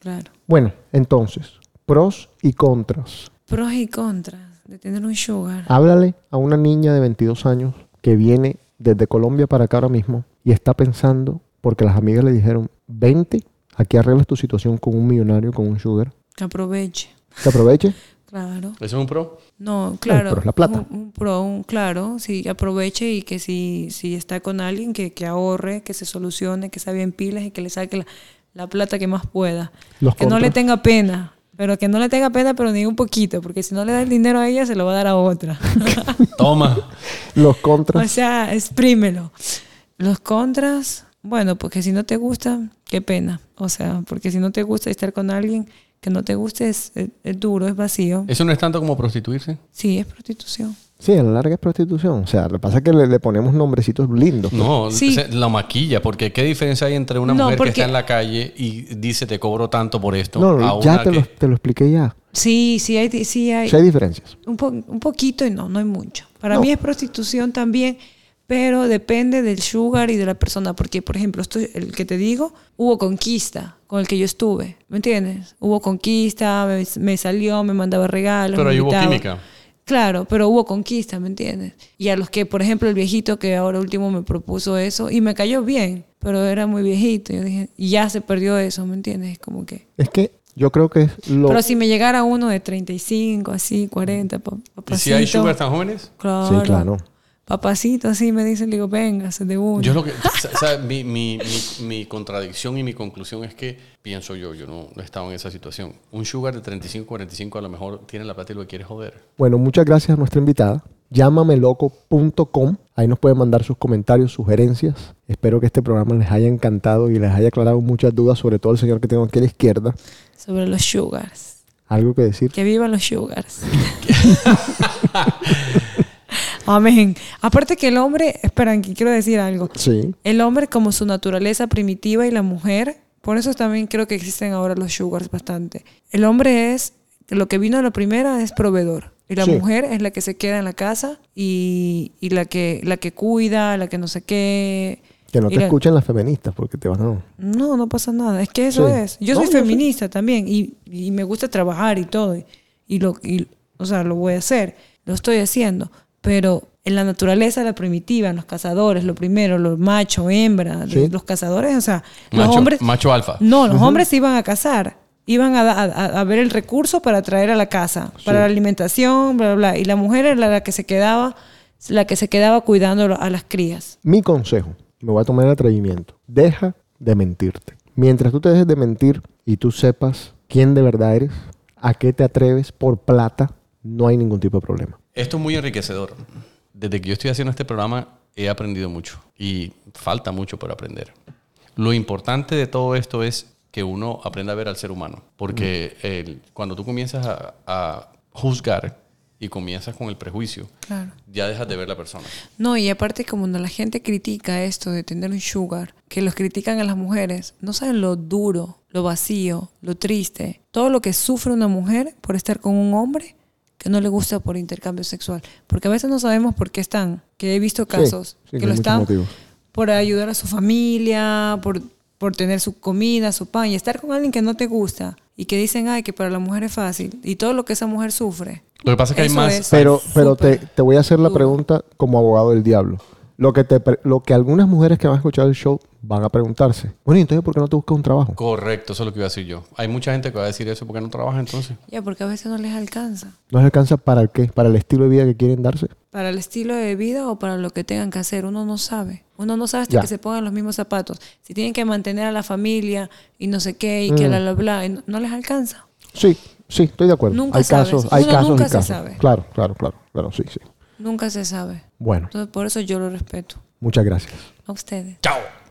Claro.
Bueno, entonces, pros y contras.
Pros y contras de tener un sugar.
Háblale a una niña de 22 años que viene desde Colombia para acá ahora mismo y está pensando, porque las amigas le dijeron, 20, aquí arreglas tu situación con un millonario, con un sugar.
Que aproveche.
Que aproveche.
Claro.
¿Eso es un pro?
No, claro.
pero es la plata.
Un, un pro, un- claro. Si aproveche y que si, si está con alguien, que, que ahorre, que se solucione, que se bien pilas y que le saque la, la plata que más pueda.
Los
que no le
contras.
tenga pena. Pero que no le tenga pena, pero ni un poquito. Porque si no le da el dinero a ella, se lo va a dar a otra.
Toma.
Los
o
contras.
sea, exprímelo. Los contras, bueno, porque si no te gusta, qué pena. O sea, porque si no te gusta estar con alguien que no te guste, es- es- es duro, es vacío.
¿Eso no es tanto como prostituirse?
Sí, es prostitución.
Sí, a la larga es prostitución. O sea, lo que pasa es que le, le ponemos nombrecitos lindos.
No,
Sí.
se- la maquilla, porque ¿qué diferencia hay entre una
No,
mujer que
porque-
está en la calle y dice te cobro tanto por esto?
No,
a
ya
una
te,
que-
lo, te lo expliqué ya.
Sí, sí hay, sí hay
Sí hay diferencias.
un, po- un poquito y no, no hay mucho. Para
No.
mí es prostitución también, pero depende del sugar y de la persona, porque por ejemplo, esto- el que te digo, hubo conquista con el que yo estuve, ¿me entiendes? Hubo conquista, me, me salió, me mandaba regalos.
Pero
me
ahí hubo
invitaba.
química.
Claro, pero hubo conquista, ¿me entiendes? Y a los que, por ejemplo, el viejito que ahora último me propuso eso y me cayó bien, pero era muy viejito. Yo dije, y ya se perdió eso, ¿me entiendes? Como que.
Es que yo creo que es lo...
Pero si me llegara uno de 35, así, 40, pa-
¿Y
papacito.
si hay sugar tan jóvenes?
Claro.
Sí, claro.
Papacito, así me dicen, le digo, venga, se de uno.
Yo lo que. sa- sa- mi, mi- mi- mi contradicción y mi conclusión es que pienso yo, yo no, no he estado en esa situación. Un sugar de 35, 45 a lo mejor tiene la plata y lo quiere joder.
Bueno, muchas gracias a nuestra invitada. Llámameloco.com. Ahí nos pueden mandar sus comentarios, sugerencias. Espero que este programa les haya encantado y les haya aclarado muchas dudas, sobre todo el señor que tengo aquí a la izquierda.
Sobre los sugars.
¿Algo que decir?
Que vivan los sugars. Amén. Aparte que el hombre, esperan, que quiero decir algo.
Sí.
El hombre como su naturaleza primitiva y la mujer, por eso también creo que existen ahora los sugars bastante. El hombre es, lo que vino a la primera es proveedor. Y la
Sí.
mujer es la que se queda en la casa y, y la, que, la que cuida, la que no sé qué.
Que no
Y
te
la-
escuchen las feministas porque te van a...
No, no pasa nada. Es que eso
Sí.
es. Yo
No,
soy
yo sé.
feminista también y, y me gusta trabajar y todo. Y, y lo, y, o sea, lo voy a hacer. Lo estoy haciendo. Pero en la naturaleza, la primitiva, en los cazadores, lo primero, los macho, hembra,
Sí.
los cazadores, o sea, los
Macho-
hombres.
macho alfa.
No, los hombres se iban a cazar. Iban a, da- a- a ver el recurso para traer a la casa, para la alimentación, bla, bla, bla. Y la mujer era la que se quedaba, la que se quedaba cuidando a las crías.
Mi consejo, me voy a tomar el atrevimiento. Deja de mentirte. Mientras tú te dejes de mentir y tú sepas quién de verdad eres, a qué te atreves por plata, no hay ningún tipo de problema.
Esto es muy enriquecedor. Desde que yo estoy haciendo este programa he aprendido mucho y falta mucho por aprender. Lo importante de todo esto es que uno aprenda a ver al ser humano, porque
Mm.
el- cuando tú comienzas a, a juzgar y comienzas con el prejuicio,
Claro.
ya dejas de ver la persona.
No, y aparte como cuando la gente critica esto de tener un sugar, que los critican a las mujeres, no saben lo duro, lo vacío, lo triste, todo lo que sufre una mujer por estar con un hombre que no le gusta por intercambio sexual, porque a veces no sabemos por qué están, que he visto casos
sí, que
que
hay
lo
muchos
están
motivos.
por ayudar a su familia, por, por tener su comida, su pan, y estar con alguien que no te gusta y que dicen, ay, que para la mujer es fácil, y todo lo que esa mujer sufre.
Lo que pasa es que hay
Eso
más...
es.
Pero,
Súper
pero te, te voy a hacer la
duro.
pregunta como abogado del diablo. Lo que, te, pre- lo que algunas mujeres que van a escuchar el show van a preguntarse, bueno, ¿y entonces por qué no te buscas un trabajo?
Correcto, eso es lo que iba a decir yo. Hay mucha gente que va a decir eso porque no trabaja entonces.
Ya, porque a veces no les alcanza.
¿No les alcanza para el qué? ¿Para el estilo de vida que quieren darse?
para el estilo de vida o para lo que tengan que hacer. Uno no sabe. Uno no sabe hasta
Ya.
que se pongan los mismos zapatos. Si tienen que mantener a la familia y no sé qué y que bla, bla, bla, y no, no les alcanza.
Sí, sí, estoy de acuerdo.
Nunca
hay
sabes.
casos, hay
Uno
casos,
nunca
y
se
casos.
sabe.
Claro, claro, claro, claro, sí, sí.
Nunca se sabe.
Bueno,
Entonces, por eso yo lo respeto.
muchas gracias.
A ustedes.
¡Chao!